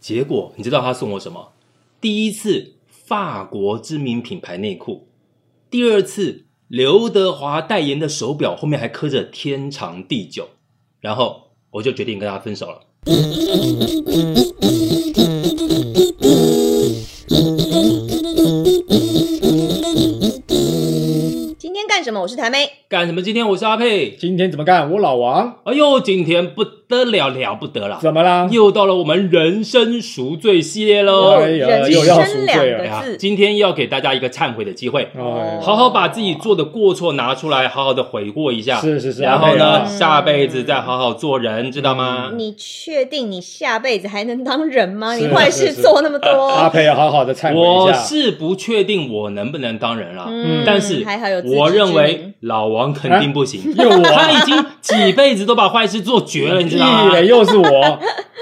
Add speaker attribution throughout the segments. Speaker 1: 结果你知道他送我什么？第一次法国知名品牌内裤，第二次刘德华代言的手表，后面还刻着“天长地久”。然后我就决定跟他分手了。
Speaker 2: 今天干什么？我是台妹，
Speaker 1: 干什么？今天我是阿佩。
Speaker 3: 今天怎么干？我老王
Speaker 1: 哎呦，今天不得了了不得了，
Speaker 3: 怎么啦？
Speaker 1: 又到了我们人生赎罪系列喽。
Speaker 3: 哎呀
Speaker 2: 哦人
Speaker 3: 又要啊赎
Speaker 2: 生
Speaker 3: 罪
Speaker 2: 两
Speaker 3: 了
Speaker 1: 哎呀
Speaker 2: 个字，
Speaker 1: 今天要给大家一个忏悔的机会，
Speaker 3: 哎
Speaker 1: 好好把自己做的过错拿出来，好好的悔过一下。
Speaker 3: 是是是
Speaker 1: 然后
Speaker 3: 阿
Speaker 1: 呢，
Speaker 3: 佩啊嗯
Speaker 1: 下辈子再好好做人，知道吗？
Speaker 2: 你确定你下辈子还能当人吗？
Speaker 3: 啊是啊
Speaker 2: 你坏事做那么
Speaker 3: 阿
Speaker 2: 多，
Speaker 3: 佩要好好的忏悔
Speaker 1: 我
Speaker 3: 一下。
Speaker 1: 是不确定我能不能当人了，
Speaker 2: 嗯
Speaker 1: 但是
Speaker 2: 还好有自知之明
Speaker 1: 我认为老王肯定不行，
Speaker 3: 又我
Speaker 1: 他已经几辈子都把坏事做绝了，你知道
Speaker 3: 屁
Speaker 1: 吗？
Speaker 3: 嘞，又是我，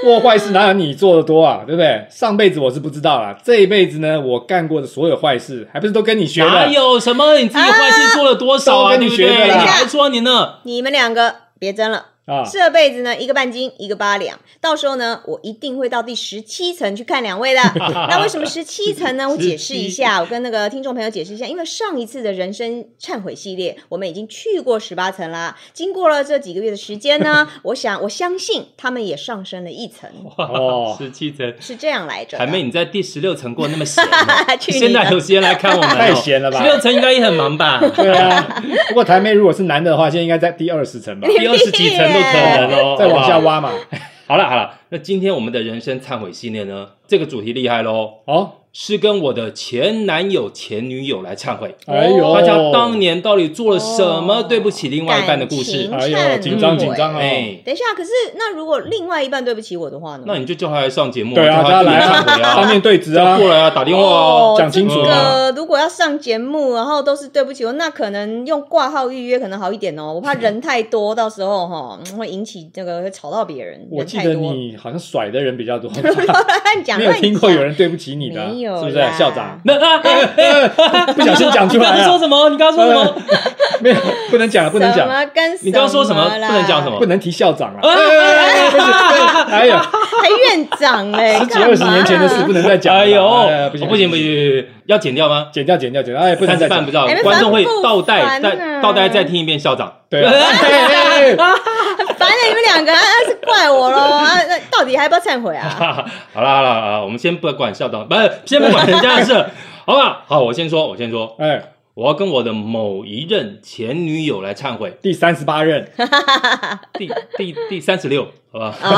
Speaker 3: 我坏事哪有你做的多啊？对不对？上辈子我是不知道啦，这一辈子呢，我干过的所有坏事， 还不是都跟你学
Speaker 1: 哪
Speaker 3: 的？
Speaker 1: 有什么你自己坏事做了多少啊？
Speaker 3: 啊都跟
Speaker 1: 对
Speaker 3: 你
Speaker 1: 不
Speaker 3: 学的啦
Speaker 1: 对？你还说你呢？
Speaker 2: 你们两个别争了。
Speaker 3: 啊？
Speaker 2: 这辈子呢，一个半斤，一个八两。到时候呢，我一定会到第十七层去看两 位的。那为什么十七层呢？我解释一下，我跟那个听众朋友解释一下，因为上一次的人生忏悔系列，我们已经去过十八层啦。经过了这几个月的时间 呢，我想我相信他们也上升了一层，
Speaker 3: 哦
Speaker 1: 十七层，
Speaker 2: 是这样来着的。
Speaker 1: 海妹你在第十六层过那么闲吗？
Speaker 2: 去你的
Speaker 1: 现在有时间来看我们哦，
Speaker 3: 太闲了吧
Speaker 1: 十六层应该也很忙 吧？
Speaker 3: 对啊。不过台妹如果是男的的话，现在应该在第二十层吧？
Speaker 1: 第二十几层都可能哦，
Speaker 3: 再往下
Speaker 1: 好不好。
Speaker 3: 挖嘛。
Speaker 1: 好了好了，那今天我们的人生忏悔系列呢，这个主题厉害喽，
Speaker 3: 哦，
Speaker 1: 是跟我的前男友、前女友来忏悔，
Speaker 3: 哎呦，
Speaker 1: 大家哦当年到底做了什么
Speaker 2: 哦
Speaker 1: 对不起另外一半的故事？
Speaker 2: 感
Speaker 3: 哎
Speaker 2: 忏
Speaker 3: 呦，
Speaker 2: 悔
Speaker 3: 紧张紧张哦。
Speaker 1: 哎，
Speaker 2: 等一下，可是那如果另外一半对不起我的话呢？
Speaker 1: 那你就叫他来上节目，
Speaker 3: 对啊，
Speaker 1: 叫他
Speaker 3: 大家
Speaker 1: 自己
Speaker 3: 来
Speaker 1: 忏悔
Speaker 3: 啊，当
Speaker 1: 啊，
Speaker 3: 面对质
Speaker 1: 叫
Speaker 3: 啊
Speaker 1: 他。过来啊，打电话
Speaker 2: 哦
Speaker 1: 哦，
Speaker 3: 讲清楚
Speaker 2: 这
Speaker 3: 啊
Speaker 2: 个如果要上节目，然后都是对不起我，那可能用挂号预约可能好一点哦。我怕人太多，到时候哈嗯会引起这个会吵到别人。
Speaker 3: 我
Speaker 2: 人
Speaker 3: 记
Speaker 2: 太
Speaker 3: 得
Speaker 2: 多，
Speaker 3: 你好像甩的人比较多，
Speaker 2: 乱讲
Speaker 3: 没有
Speaker 2: 乱
Speaker 3: 听过有
Speaker 2: 讲。
Speaker 3: 人对不起你的啊，
Speaker 2: 没有
Speaker 3: 是不是
Speaker 2: 啦
Speaker 3: 校长？
Speaker 1: 那啊，哎
Speaker 3: 呃不小心讲出来啊哎
Speaker 1: 你刚刚说
Speaker 3: 了，
Speaker 1: 什么？你刚刚说什么？
Speaker 3: 没有，不能啊讲了，不能
Speaker 2: 什
Speaker 3: 讲，
Speaker 2: 么跟
Speaker 1: 你刚刚说什么
Speaker 2: 么啦？
Speaker 1: 不能讲什么
Speaker 3: 不能提校长了。
Speaker 1: 啊
Speaker 3: 哎不是哎呀，
Speaker 2: 还院长嘞，
Speaker 3: 十几
Speaker 2: 干
Speaker 3: 二十
Speaker 2: 嘛
Speaker 3: 年前的事不能再讲了。
Speaker 1: 哎呦，
Speaker 3: 哎不行
Speaker 1: 哦不行不，行，要剪掉吗？
Speaker 3: 剪掉剪掉剪掉，哎，不
Speaker 1: 但
Speaker 3: 能
Speaker 1: 是
Speaker 3: 再
Speaker 1: 办
Speaker 3: 讲
Speaker 1: 不。到
Speaker 2: 哎，
Speaker 1: 观众会
Speaker 2: 烦不
Speaker 1: 倒带
Speaker 2: 烦
Speaker 1: 再
Speaker 2: 啊
Speaker 1: 倒带再听一遍校长。
Speaker 3: 对啊，哎哎哎
Speaker 2: 烦了你们两个，啊是怪我 喽啊！那到底还要不要忏悔啊？
Speaker 1: 哈哈， 好啦好啦，啊，我们先不管校长，不是先不管人家的事， 好不好？好，我先说，我先说，
Speaker 3: 哎，
Speaker 1: 我要跟我的某一任前女友来忏悔，
Speaker 3: 第三十八任，
Speaker 1: 第第第三十六，好吧？
Speaker 2: 哦，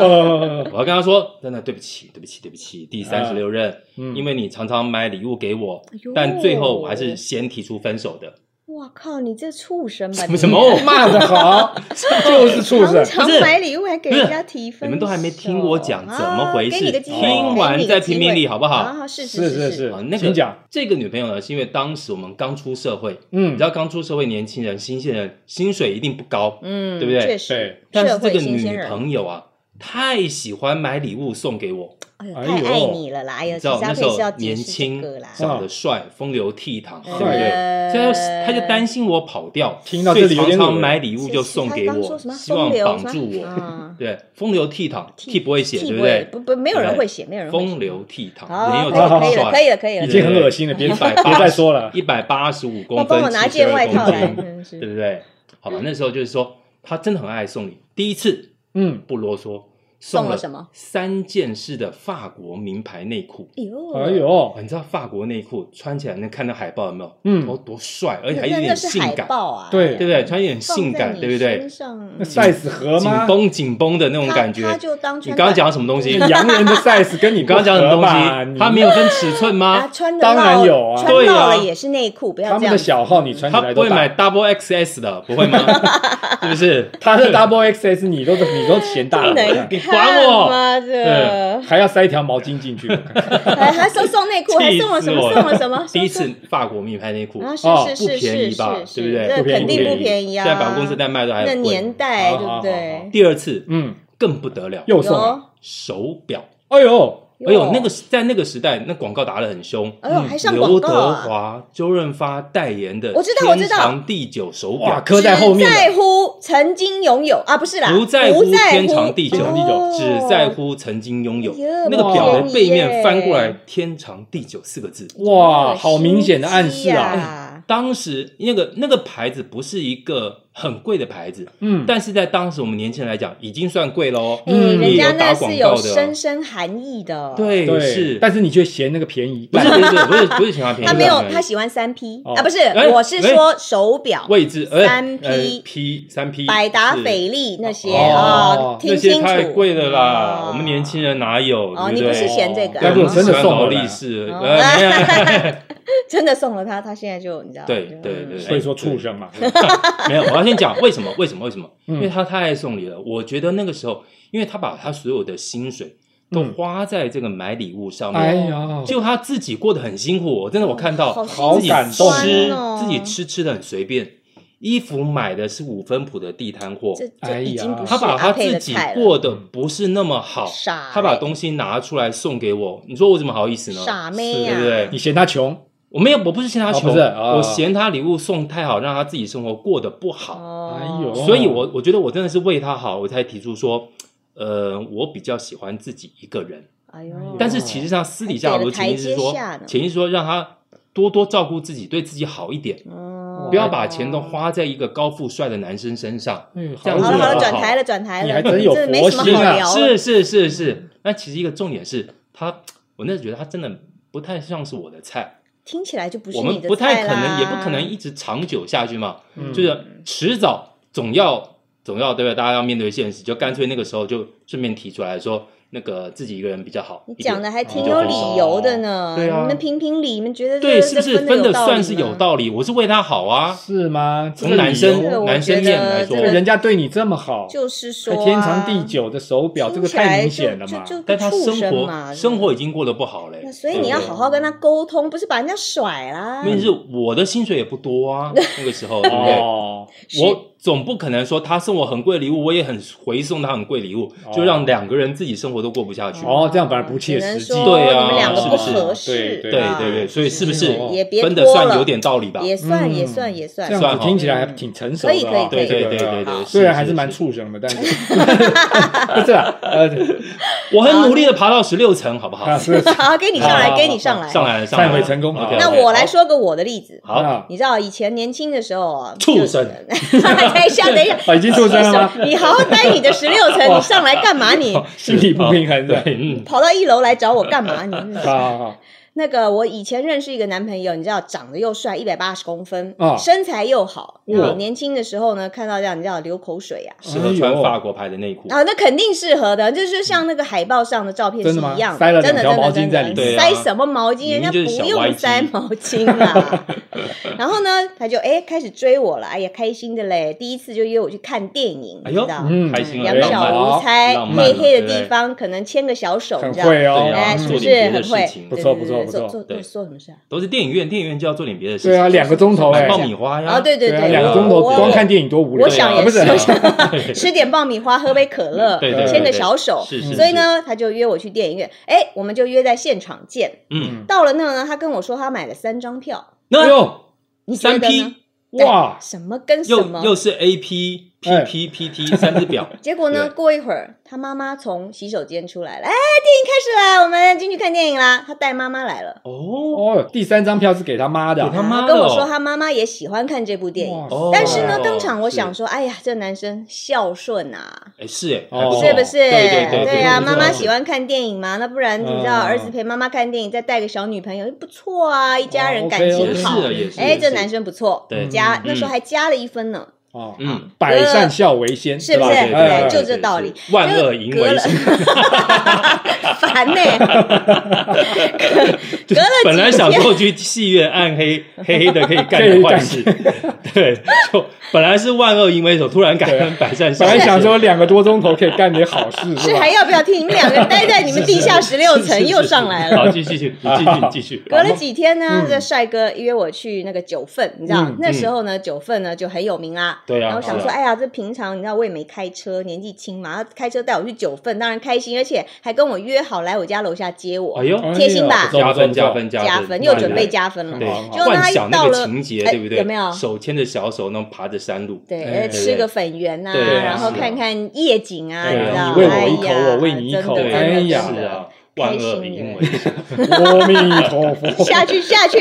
Speaker 3: 呃，
Speaker 1: 我要跟他说，真的对不起，对不起，对不起，第三十六任，
Speaker 3: 嗯
Speaker 1: 因为你常常买礼物给我
Speaker 2: 哎呦，
Speaker 1: 但最后我还是先提出分手的。
Speaker 2: 哇靠，你这畜生吧！
Speaker 1: 什么什么？
Speaker 3: 骂的好，就是畜生
Speaker 2: 常。常买礼物还给人家提分手，
Speaker 1: 你们都还没听我讲怎么回事，
Speaker 2: 啊给你个机会，
Speaker 1: 听
Speaker 2: 给
Speaker 1: 完
Speaker 2: 你个
Speaker 1: 再
Speaker 2: 机会
Speaker 1: 评评理，好不好？
Speaker 2: 啊，好是
Speaker 3: 是
Speaker 2: 是
Speaker 3: 是是
Speaker 1: 啊，那
Speaker 3: 请
Speaker 1: 个
Speaker 3: 讲
Speaker 1: 这个女朋友呢，是因为当时我们刚出社会，你
Speaker 3: 嗯
Speaker 1: 知，道刚出社会年轻人、新鲜人薪水一定不高，
Speaker 2: 嗯，
Speaker 1: 对不对
Speaker 2: 确实
Speaker 3: 对，
Speaker 1: 但是
Speaker 2: 社
Speaker 1: 这
Speaker 2: 会
Speaker 1: 个
Speaker 2: 新
Speaker 1: 女
Speaker 2: 鲜人
Speaker 1: 朋友啊，太喜欢买礼物送给我，
Speaker 2: 哎呦，
Speaker 3: 哎
Speaker 2: 太
Speaker 3: 呦
Speaker 2: 爱你了啦！哎呦，
Speaker 1: 你
Speaker 2: 其
Speaker 1: 知道
Speaker 2: 实
Speaker 1: 那
Speaker 2: 他
Speaker 1: 时
Speaker 2: 可以是要
Speaker 1: 候
Speaker 2: 解
Speaker 1: 年
Speaker 2: 释这
Speaker 1: 轻
Speaker 2: 个啦，，
Speaker 1: 长
Speaker 3: 哦
Speaker 1: 得帅，风流倜傥，对
Speaker 2: 呃
Speaker 1: 不对？所以她就她就担心我跑掉，
Speaker 3: 听到
Speaker 1: 所
Speaker 3: 这
Speaker 1: 以
Speaker 3: 里有
Speaker 1: 常
Speaker 3: 点
Speaker 1: 常
Speaker 3: 恶
Speaker 1: 买礼物
Speaker 2: 是
Speaker 1: 就是送
Speaker 2: 他
Speaker 1: 给
Speaker 2: 刚说
Speaker 1: 我，
Speaker 2: 什么
Speaker 1: 希望
Speaker 2: 风流
Speaker 1: 绑
Speaker 2: 什么
Speaker 1: 住我。
Speaker 2: 嗯，
Speaker 1: 对，风流倜傥，T
Speaker 2: 替
Speaker 1: 不会写，
Speaker 2: 替
Speaker 1: 对不
Speaker 2: 位
Speaker 1: 对？
Speaker 2: 不不，没有人会写，没有人会写
Speaker 1: 风。流倜傥，
Speaker 2: 好，
Speaker 1: 没有
Speaker 3: 这个
Speaker 2: 可以了，可以了，可以了，可以了。
Speaker 3: 已经很 恶心了，别
Speaker 1: 一百
Speaker 3: 别再说了。
Speaker 1: 一百八十五公
Speaker 2: 帮
Speaker 1: 分，
Speaker 2: 帮我拿件外套
Speaker 1: 72
Speaker 2: 来，
Speaker 1: 公斤对
Speaker 2: 嗯是
Speaker 1: 不对？好吧，那时候就是说，他真的很爱送礼。第一次
Speaker 3: 嗯，
Speaker 1: 不啰嗦，
Speaker 2: 送
Speaker 1: 了
Speaker 2: 了什么？
Speaker 1: 三件式的法国名牌内裤。
Speaker 2: 哎呦，
Speaker 3: 哎，呦
Speaker 1: 哦，，你知道法国内裤穿起来，能看到海报有没有？
Speaker 3: 嗯
Speaker 1: 哦，多帅，而且还有
Speaker 2: 那
Speaker 1: 点
Speaker 2: 那是
Speaker 1: 性
Speaker 2: 海
Speaker 1: 感，
Speaker 2: 报啊，
Speaker 3: 对
Speaker 1: 对不对？穿有点
Speaker 2: 放
Speaker 1: 性
Speaker 2: 在
Speaker 1: 感，
Speaker 2: 你
Speaker 1: 对不对
Speaker 2: 身？上
Speaker 3: 那 size 合
Speaker 1: 紧
Speaker 3: 吗？
Speaker 1: 绷紧绷的那种
Speaker 2: 他
Speaker 1: 感觉。
Speaker 2: 他就当
Speaker 1: 你
Speaker 2: 穿
Speaker 1: 刚刚
Speaker 2: 短
Speaker 1: 讲什么东西？你
Speaker 3: 洋人的 size 跟你
Speaker 1: 刚刚讲什么
Speaker 3: 不合吧
Speaker 1: 东西？
Speaker 3: 你
Speaker 1: 他没有分尺寸
Speaker 2: 啊，
Speaker 1: 吗？
Speaker 2: 穿的
Speaker 3: 当然
Speaker 2: 露
Speaker 3: 有啊
Speaker 2: 穿
Speaker 1: 对啊
Speaker 2: 到了也是内裤，不要
Speaker 3: 他
Speaker 2: 这
Speaker 3: 们
Speaker 2: 样
Speaker 3: 的。小号你穿起
Speaker 1: 他
Speaker 3: 来
Speaker 1: 不
Speaker 3: 都
Speaker 1: 会买
Speaker 3: 大，
Speaker 1: double XS 的，不 会吗？是不是？
Speaker 3: 他的 double XS 你都你都 嫌大
Speaker 2: 不能
Speaker 3: 了，
Speaker 1: 啊你管我
Speaker 2: 看吗？这
Speaker 3: 还要塞一条毛巾进去。
Speaker 2: 还还送送内裤，还
Speaker 1: 气
Speaker 2: 送了
Speaker 1: 死
Speaker 2: 什
Speaker 1: 我
Speaker 2: 么？送了 什么？
Speaker 1: 第一
Speaker 2: 送
Speaker 1: 次法国名牌内裤，
Speaker 2: 啊，
Speaker 3: 哦
Speaker 2: 是
Speaker 1: 不
Speaker 2: 是是
Speaker 1: 便
Speaker 2: 是
Speaker 1: 宜吧
Speaker 2: 是，，
Speaker 1: 对不对？
Speaker 2: 那
Speaker 3: 不便宜
Speaker 2: 肯定不便宜啊！
Speaker 1: 现在百货公司在卖都还
Speaker 2: 那
Speaker 1: 贵
Speaker 2: 年代
Speaker 3: 好
Speaker 2: 对
Speaker 3: 好
Speaker 2: 不
Speaker 3: 好好
Speaker 2: 对？
Speaker 1: 第二次
Speaker 3: 嗯，
Speaker 1: 更不得了，
Speaker 3: 又送了，
Speaker 2: 有
Speaker 1: 手表。
Speaker 3: 哎呦，
Speaker 1: 哎呦，那个时在那个时代，那广告打得很凶。
Speaker 2: 哎呦还上
Speaker 1: 刘
Speaker 2: 广告
Speaker 1: 德
Speaker 2: 啊！
Speaker 1: 华、周润发代言的
Speaker 2: 我知道我知
Speaker 1: 天
Speaker 2: 道
Speaker 1: 长地久手
Speaker 3: 哇，
Speaker 1: 表，
Speaker 3: 磕在后面
Speaker 2: 只
Speaker 3: 的
Speaker 2: 在乎曾经拥有啊，不是啦，
Speaker 1: 不在乎
Speaker 2: 乎
Speaker 1: 天长地久，
Speaker 2: 哦
Speaker 1: 只在乎曾经拥有
Speaker 2: 哎。呀
Speaker 1: 那个表的背面翻过来
Speaker 2: 哇，
Speaker 1: “天长地久”四个字。
Speaker 3: 哇，好明显的暗示
Speaker 2: 好心机
Speaker 3: 啊！
Speaker 2: 啊！
Speaker 1: 当时那个那个牌子不是一个很贵的牌子，
Speaker 3: 嗯，
Speaker 1: 但是在当时我们年轻人来讲，已经算贵喽。
Speaker 2: 哎，
Speaker 3: 嗯
Speaker 2: 人家
Speaker 1: 有打
Speaker 2: 那
Speaker 1: 广
Speaker 2: 是
Speaker 1: 告
Speaker 2: 有
Speaker 1: 的哦
Speaker 2: 深深含义的。，哦
Speaker 1: 对，
Speaker 3: 对
Speaker 1: 是，，
Speaker 3: 但是你却嫌那个便宜，
Speaker 1: 不是不是不是不是喜欢便宜，
Speaker 2: 他没有
Speaker 1: 不，是
Speaker 2: 他喜欢三 P
Speaker 3: 哦
Speaker 2: 啊，不是
Speaker 1: 哎，
Speaker 2: 我是说手表，
Speaker 1: 位置，呃
Speaker 2: 三 P
Speaker 1: 呃 P 三 P
Speaker 2: 百达
Speaker 1: 是
Speaker 2: 翡丽那些
Speaker 3: 哦
Speaker 2: 啊，
Speaker 1: 那
Speaker 2: 听
Speaker 1: 些
Speaker 2: 清楚。
Speaker 1: 太贵了啦
Speaker 2: 哦，
Speaker 1: 我们年轻人哪有？
Speaker 2: 哦，
Speaker 1: 对
Speaker 2: 你不
Speaker 1: 对？
Speaker 2: 是嫌这个
Speaker 1: 对，
Speaker 3: 要不
Speaker 1: 我
Speaker 3: 然
Speaker 2: 啊，
Speaker 1: 们
Speaker 3: 真
Speaker 1: 喜
Speaker 3: 的
Speaker 1: 欢
Speaker 3: 送
Speaker 1: 劳
Speaker 3: 我
Speaker 1: 力
Speaker 3: 了
Speaker 1: 士，
Speaker 2: 哦
Speaker 1: 呃没有
Speaker 2: 真的送了他，他现在就你知道，
Speaker 1: 对
Speaker 2: 就嗯
Speaker 1: 对对
Speaker 3: 所以说畜生嘛。
Speaker 1: 没有，我要先讲为什么？为什么？为什么？
Speaker 3: 嗯
Speaker 1: 因为他太爱送礼了。我觉得那个时候，因为他把他所有的薪水都
Speaker 3: 嗯
Speaker 1: 花在这个买礼物上
Speaker 3: 哎
Speaker 1: 面，
Speaker 3: 呀，
Speaker 1: 结果他自己过得很辛苦。我真的，我看到
Speaker 2: 好
Speaker 3: 好
Speaker 1: 自己
Speaker 3: 感动
Speaker 1: 吃
Speaker 2: 哦
Speaker 1: 自己吃吃的很随便，衣服买的是五分埔的地摊货，
Speaker 2: 这
Speaker 3: 哎
Speaker 2: 这
Speaker 3: 呀
Speaker 2: 已经不是
Speaker 1: 他把
Speaker 2: 阿
Speaker 1: 他
Speaker 2: 佩
Speaker 1: 自
Speaker 2: 的
Speaker 1: 己
Speaker 2: 菜了，
Speaker 1: 过得不是那么好，
Speaker 2: 傻欸
Speaker 1: 他把东西拿出来送给我，你说我怎么好意思呢？
Speaker 2: 傻妹
Speaker 1: 是对
Speaker 2: 呀，
Speaker 1: 不对
Speaker 3: 你嫌他穷，
Speaker 1: 我没有，我不是嫌他
Speaker 3: 哦
Speaker 1: 穷，
Speaker 3: 不是哦
Speaker 1: 我嫌他礼物送太好，让他自己生活过得不好，
Speaker 2: 哦，
Speaker 3: 哎呦
Speaker 1: 所以我我觉得我真的是为他好，我才提出说，呃，我比较喜欢自己一个人，
Speaker 2: 哎呦，
Speaker 1: 但是其实上私底下
Speaker 2: 还给
Speaker 1: 我
Speaker 2: 了
Speaker 1: 的潜意识是说
Speaker 2: 台阶下呢，
Speaker 1: 潜意识说让他多多照顾自己，对自己好一点，
Speaker 2: 哦
Speaker 1: 不要把钱都。花在一个高富帅的男生身上。
Speaker 3: 哎
Speaker 1: 这样子
Speaker 2: 好了好
Speaker 1: 好啊
Speaker 2: 了，转台了转台了，
Speaker 3: 你还真有
Speaker 2: 这没什么
Speaker 3: 佛
Speaker 2: 好
Speaker 3: 心啊
Speaker 2: 聊
Speaker 1: 是
Speaker 2: 的。
Speaker 1: 是是是，那其实一个重点是他，我那时觉得他真的不太像是我的菜，
Speaker 2: 听起来就不是
Speaker 1: 我
Speaker 2: 你
Speaker 1: 们
Speaker 2: 的
Speaker 1: 不太
Speaker 2: 菜
Speaker 1: 可能，
Speaker 2: 啦
Speaker 1: 也不可能一直长久下去嘛，
Speaker 3: 嗯
Speaker 1: 就是迟早总要总要对吧？大家要面对现实，就干脆那个时候就顺便提出来说，那个自己一个人比较好一
Speaker 2: 你
Speaker 1: 点。
Speaker 2: 讲的还挺
Speaker 1: 就
Speaker 2: 有
Speaker 1: 分手
Speaker 2: 理由的呢。
Speaker 1: 对啊
Speaker 2: 你们评评理，你们觉得
Speaker 1: 对，
Speaker 2: 这
Speaker 1: 是不是
Speaker 2: 这分
Speaker 1: 分
Speaker 2: 的
Speaker 1: 的算是有道理？我是为他好啊，
Speaker 3: 是吗？这个
Speaker 1: 从男
Speaker 3: 理
Speaker 2: 这个
Speaker 1: 生
Speaker 3: 由
Speaker 2: 我
Speaker 1: 男生
Speaker 2: 觉
Speaker 1: 面
Speaker 2: 得
Speaker 1: 来说
Speaker 2: 这
Speaker 3: 这
Speaker 2: 个，
Speaker 3: 个哦人家对你这么好，
Speaker 2: 就是说
Speaker 3: 还
Speaker 2: 啊
Speaker 3: 天长地，久的手表，这
Speaker 2: 听
Speaker 3: 个
Speaker 2: 起来
Speaker 3: 太明
Speaker 2: 就
Speaker 3: 显了嘛。
Speaker 2: 就就
Speaker 1: 但他生
Speaker 2: 畜生嘛
Speaker 1: 活生活已经过得不好嘞
Speaker 2: 那，所以你要
Speaker 1: 对不对
Speaker 2: 好啊好跟他沟通，不是把人家甩啦。
Speaker 1: 问题是我的薪水也不多 啊，那个时候对不对？
Speaker 3: 哦，
Speaker 1: 我总不可能说他送我很贵的礼物，我也很回送他很贵的礼物，
Speaker 3: 哦
Speaker 1: 就让两个人自己生活都过不下去。
Speaker 3: 哦这样反而不切
Speaker 2: 只能
Speaker 3: 实际
Speaker 2: 说
Speaker 1: 对啊
Speaker 2: 你们两个
Speaker 1: 是
Speaker 2: 不
Speaker 1: 不是
Speaker 2: 合适。
Speaker 3: 对
Speaker 1: 对
Speaker 2: 啊
Speaker 1: 对对，所以是不
Speaker 3: 是
Speaker 1: 是
Speaker 3: 哦
Speaker 2: 也别
Speaker 1: 分的
Speaker 2: 拖
Speaker 1: 算
Speaker 2: 了
Speaker 1: 有点道理吧？
Speaker 2: 也算也
Speaker 3: 嗯
Speaker 2: 算也算
Speaker 3: 这。样
Speaker 1: 算
Speaker 3: 子
Speaker 1: 哈
Speaker 3: 听起来还挺成熟的
Speaker 2: 可以可以
Speaker 3: 啊。
Speaker 2: 可
Speaker 1: 对
Speaker 2: 以
Speaker 1: 对对
Speaker 3: 这个
Speaker 1: 对对，
Speaker 2: 好
Speaker 1: 是
Speaker 3: 虽然啊还是蛮。
Speaker 1: 是
Speaker 3: 畜生的，但是 不是啊？呃，
Speaker 1: 是我很努力的爬到十六层，好不好
Speaker 3: 啊？是
Speaker 2: 好，给你上来，给你上来。
Speaker 1: 上来了，上来
Speaker 3: 忏
Speaker 1: 了
Speaker 3: 悔成功。
Speaker 1: OK，OK，
Speaker 2: 那
Speaker 1: OK，
Speaker 2: 我来
Speaker 1: 好
Speaker 2: 说个我的例子。
Speaker 1: 好
Speaker 3: 啊
Speaker 2: 你知道以前年轻的时候啊，
Speaker 1: 畜
Speaker 2: 就
Speaker 1: 生
Speaker 2: 等一下，等一下，
Speaker 3: 啊已经 畜生 了吗？
Speaker 2: 你好好待你的十六层，你上来干嘛你？
Speaker 3: 心理不平衡
Speaker 1: 对
Speaker 3: 的。，
Speaker 1: 嗯，
Speaker 2: 跑到一楼来找我干嘛 你？嗯
Speaker 3: 好好好，
Speaker 2: 那个我以前认识一个男朋友，你知道，长得又帅，一百八十公分，
Speaker 3: 啊
Speaker 2: 身材又好。
Speaker 3: 哇
Speaker 2: 然后年轻的时候呢，看到这样，你知道流口水啊。
Speaker 1: 适合
Speaker 3: 哎
Speaker 1: 穿
Speaker 3: 呦
Speaker 1: 法国牌的内裤。
Speaker 2: 啊，那肯定适合的，就是像那个海报上的照片
Speaker 3: 真
Speaker 2: 是
Speaker 3: 的吗
Speaker 2: 一样的，
Speaker 3: 塞了
Speaker 2: 真
Speaker 3: 两
Speaker 2: 的
Speaker 3: 条
Speaker 2: 真的
Speaker 3: 毛巾
Speaker 2: 真
Speaker 3: 在
Speaker 2: 的
Speaker 3: 里啊
Speaker 1: 面
Speaker 2: 塞什么毛巾？
Speaker 1: 明
Speaker 2: 人家
Speaker 1: 明就是
Speaker 2: 不
Speaker 1: 小歪
Speaker 2: 用
Speaker 1: 鸡
Speaker 2: 塞毛巾 啦。然后呢，他就哎开始追我了，哎呀开心的嘞，第一次就约我去看电影，
Speaker 1: 哎
Speaker 2: 你知
Speaker 1: 呦
Speaker 2: 道，
Speaker 3: 嗯
Speaker 1: 开心了，
Speaker 2: 两
Speaker 1: 浪
Speaker 2: 小
Speaker 1: 漫
Speaker 2: 无猜，
Speaker 1: 浪漫
Speaker 2: 黑黑
Speaker 1: 对
Speaker 2: 的
Speaker 1: 不对
Speaker 2: 地方可能牵个小手，
Speaker 3: 很
Speaker 2: 你知道。
Speaker 3: 会
Speaker 1: 对
Speaker 3: 哦
Speaker 1: 啊，
Speaker 2: 哎，是
Speaker 1: 做
Speaker 2: 不
Speaker 1: 点别的
Speaker 2: 是很
Speaker 1: 事
Speaker 2: 会？
Speaker 1: 情
Speaker 2: 对
Speaker 3: 不错
Speaker 2: 对
Speaker 3: 不
Speaker 2: 对对
Speaker 3: 错不
Speaker 2: 做
Speaker 3: 错
Speaker 2: 做
Speaker 1: 对
Speaker 2: 做做什么事啊？
Speaker 1: 都是电影院，电影院就要做点别的事情。
Speaker 3: 对啊，两个钟头哎
Speaker 1: 买，爆米花呀
Speaker 2: 啊，，对对
Speaker 3: 啊，两个钟头
Speaker 2: 我
Speaker 3: 光看电影多无聊啊。
Speaker 2: 我想也
Speaker 3: 不
Speaker 2: 是，
Speaker 3: 是
Speaker 2: 我 想吃点爆米花，喝杯可乐，
Speaker 1: 对对，
Speaker 3: 呃
Speaker 1: 对
Speaker 2: 牵个
Speaker 1: 对
Speaker 2: 小手。
Speaker 1: 是是，
Speaker 2: 所以
Speaker 1: 是，
Speaker 2: 呢，他就约我去电影院，哎，我们就约在现场见。
Speaker 1: 嗯，
Speaker 2: 到了那呢，他跟我说他买了三张票，
Speaker 3: 哎
Speaker 1: 那
Speaker 3: 呦，
Speaker 2: 你觉
Speaker 1: 三
Speaker 2: 得
Speaker 1: P
Speaker 2: 呢？
Speaker 3: 哇，
Speaker 2: 什么跟什
Speaker 1: 又
Speaker 2: 么？
Speaker 1: 又是 A P P
Speaker 3: 哎
Speaker 1: P P T 三只表，
Speaker 2: 结果呢，
Speaker 1: 对
Speaker 2: 过一会儿他妈妈从洗手间出来了，哎，电影开始啦，我们进去看电影啦。他带妈妈来了，
Speaker 1: 哦，
Speaker 3: 哦，第三张票是给他妈的
Speaker 1: 给
Speaker 3: 啊，
Speaker 1: 他妈的哦
Speaker 2: 哎跟我说他妈妈也喜欢看这部电影。
Speaker 1: 哦
Speaker 3: 哇
Speaker 2: 但是呢，
Speaker 1: 哦
Speaker 2: 当场我想说，哎呀，这男生孝顺啊，
Speaker 1: 哎是哎，
Speaker 3: 哦
Speaker 1: 还不错
Speaker 2: 是不是？
Speaker 1: 对对对
Speaker 2: 对啊，
Speaker 1: 对
Speaker 2: 妈妈
Speaker 1: 对
Speaker 2: 喜欢看电影嘛，那不然你知道，
Speaker 3: 嗯
Speaker 2: 儿子陪妈妈看电影，再带个小女朋友，不错啊，一家人
Speaker 3: 哦
Speaker 2: 感
Speaker 3: ，OK，
Speaker 1: 也
Speaker 2: 情
Speaker 1: 是
Speaker 2: 好。
Speaker 1: 啊也是，
Speaker 2: 哎，
Speaker 1: 也
Speaker 2: 这
Speaker 1: 是
Speaker 2: 男生不错，
Speaker 1: 对
Speaker 2: 加
Speaker 1: 嗯
Speaker 2: 那时候还加了一分呢，
Speaker 3: 哦，
Speaker 1: 嗯，
Speaker 3: 百善孝为先，
Speaker 2: 哎是不
Speaker 3: 吧
Speaker 2: 是？
Speaker 1: 对对
Speaker 2: 对，
Speaker 1: 对
Speaker 2: 就
Speaker 1: 对
Speaker 2: 这
Speaker 1: 对
Speaker 2: 道理。
Speaker 1: 哎是万恶淫为首
Speaker 2: 就隔了烦呢，隔了
Speaker 1: 本来
Speaker 2: 几
Speaker 1: 想
Speaker 2: 天
Speaker 1: 说去戏院暗 黑黑黑的可以干点坏事， 啊对，就本来是万恶淫为首，突然改成百善孝
Speaker 3: 本
Speaker 1: 为
Speaker 3: 来
Speaker 1: 先。
Speaker 3: 想说两个多钟头可以干点好事，
Speaker 2: 是
Speaker 3: 吧
Speaker 2: 还？要不要听？你们两个待在你们地下十六层，又上来了。
Speaker 1: 好，继续继续，你继续你继续，
Speaker 2: 隔了几天呢，
Speaker 3: 嗯
Speaker 2: 这帅哥约我去那个九份，你知道、
Speaker 3: 嗯
Speaker 2: 那时候呢，九份呢就很有名啦。
Speaker 1: 对啊
Speaker 2: 然后想
Speaker 1: 是
Speaker 2: 说，
Speaker 1: 啊
Speaker 2: 哎呀，这平常你知道我也没开车，年纪轻嘛，他开车带我去九份，当然开心，而且还跟我约好来我家楼下接我
Speaker 1: 哎，呦，
Speaker 3: 哎呦
Speaker 2: 贴心吧
Speaker 3: 不错
Speaker 1: 加分
Speaker 3: 不错
Speaker 1: 加分
Speaker 2: 加
Speaker 1: 分，
Speaker 2: 分又准备加分了。
Speaker 1: 对，
Speaker 3: 好
Speaker 2: 结果
Speaker 1: 幻
Speaker 2: 他
Speaker 1: 想
Speaker 2: 一
Speaker 1: 那
Speaker 2: 到
Speaker 1: 个
Speaker 2: 了
Speaker 1: 情节，
Speaker 2: 哎
Speaker 1: 对不对？
Speaker 2: 有没有
Speaker 1: 手牵着小手，那种爬着山路？
Speaker 2: 对，
Speaker 3: 哎
Speaker 2: 呃吃个粉圆呐、
Speaker 1: 对
Speaker 2: 然后
Speaker 1: 是
Speaker 2: 看看夜景啊，
Speaker 1: 对
Speaker 2: 你知道？
Speaker 1: 你喂
Speaker 3: 我一口
Speaker 2: 哎呀
Speaker 3: 我喂你一口
Speaker 2: 真
Speaker 1: 对，
Speaker 2: 的
Speaker 3: 哎呀
Speaker 2: 真
Speaker 1: 是
Speaker 2: 的
Speaker 1: 啊，万恶的因为
Speaker 3: 阿弥陀 佛。
Speaker 2: 下去下去。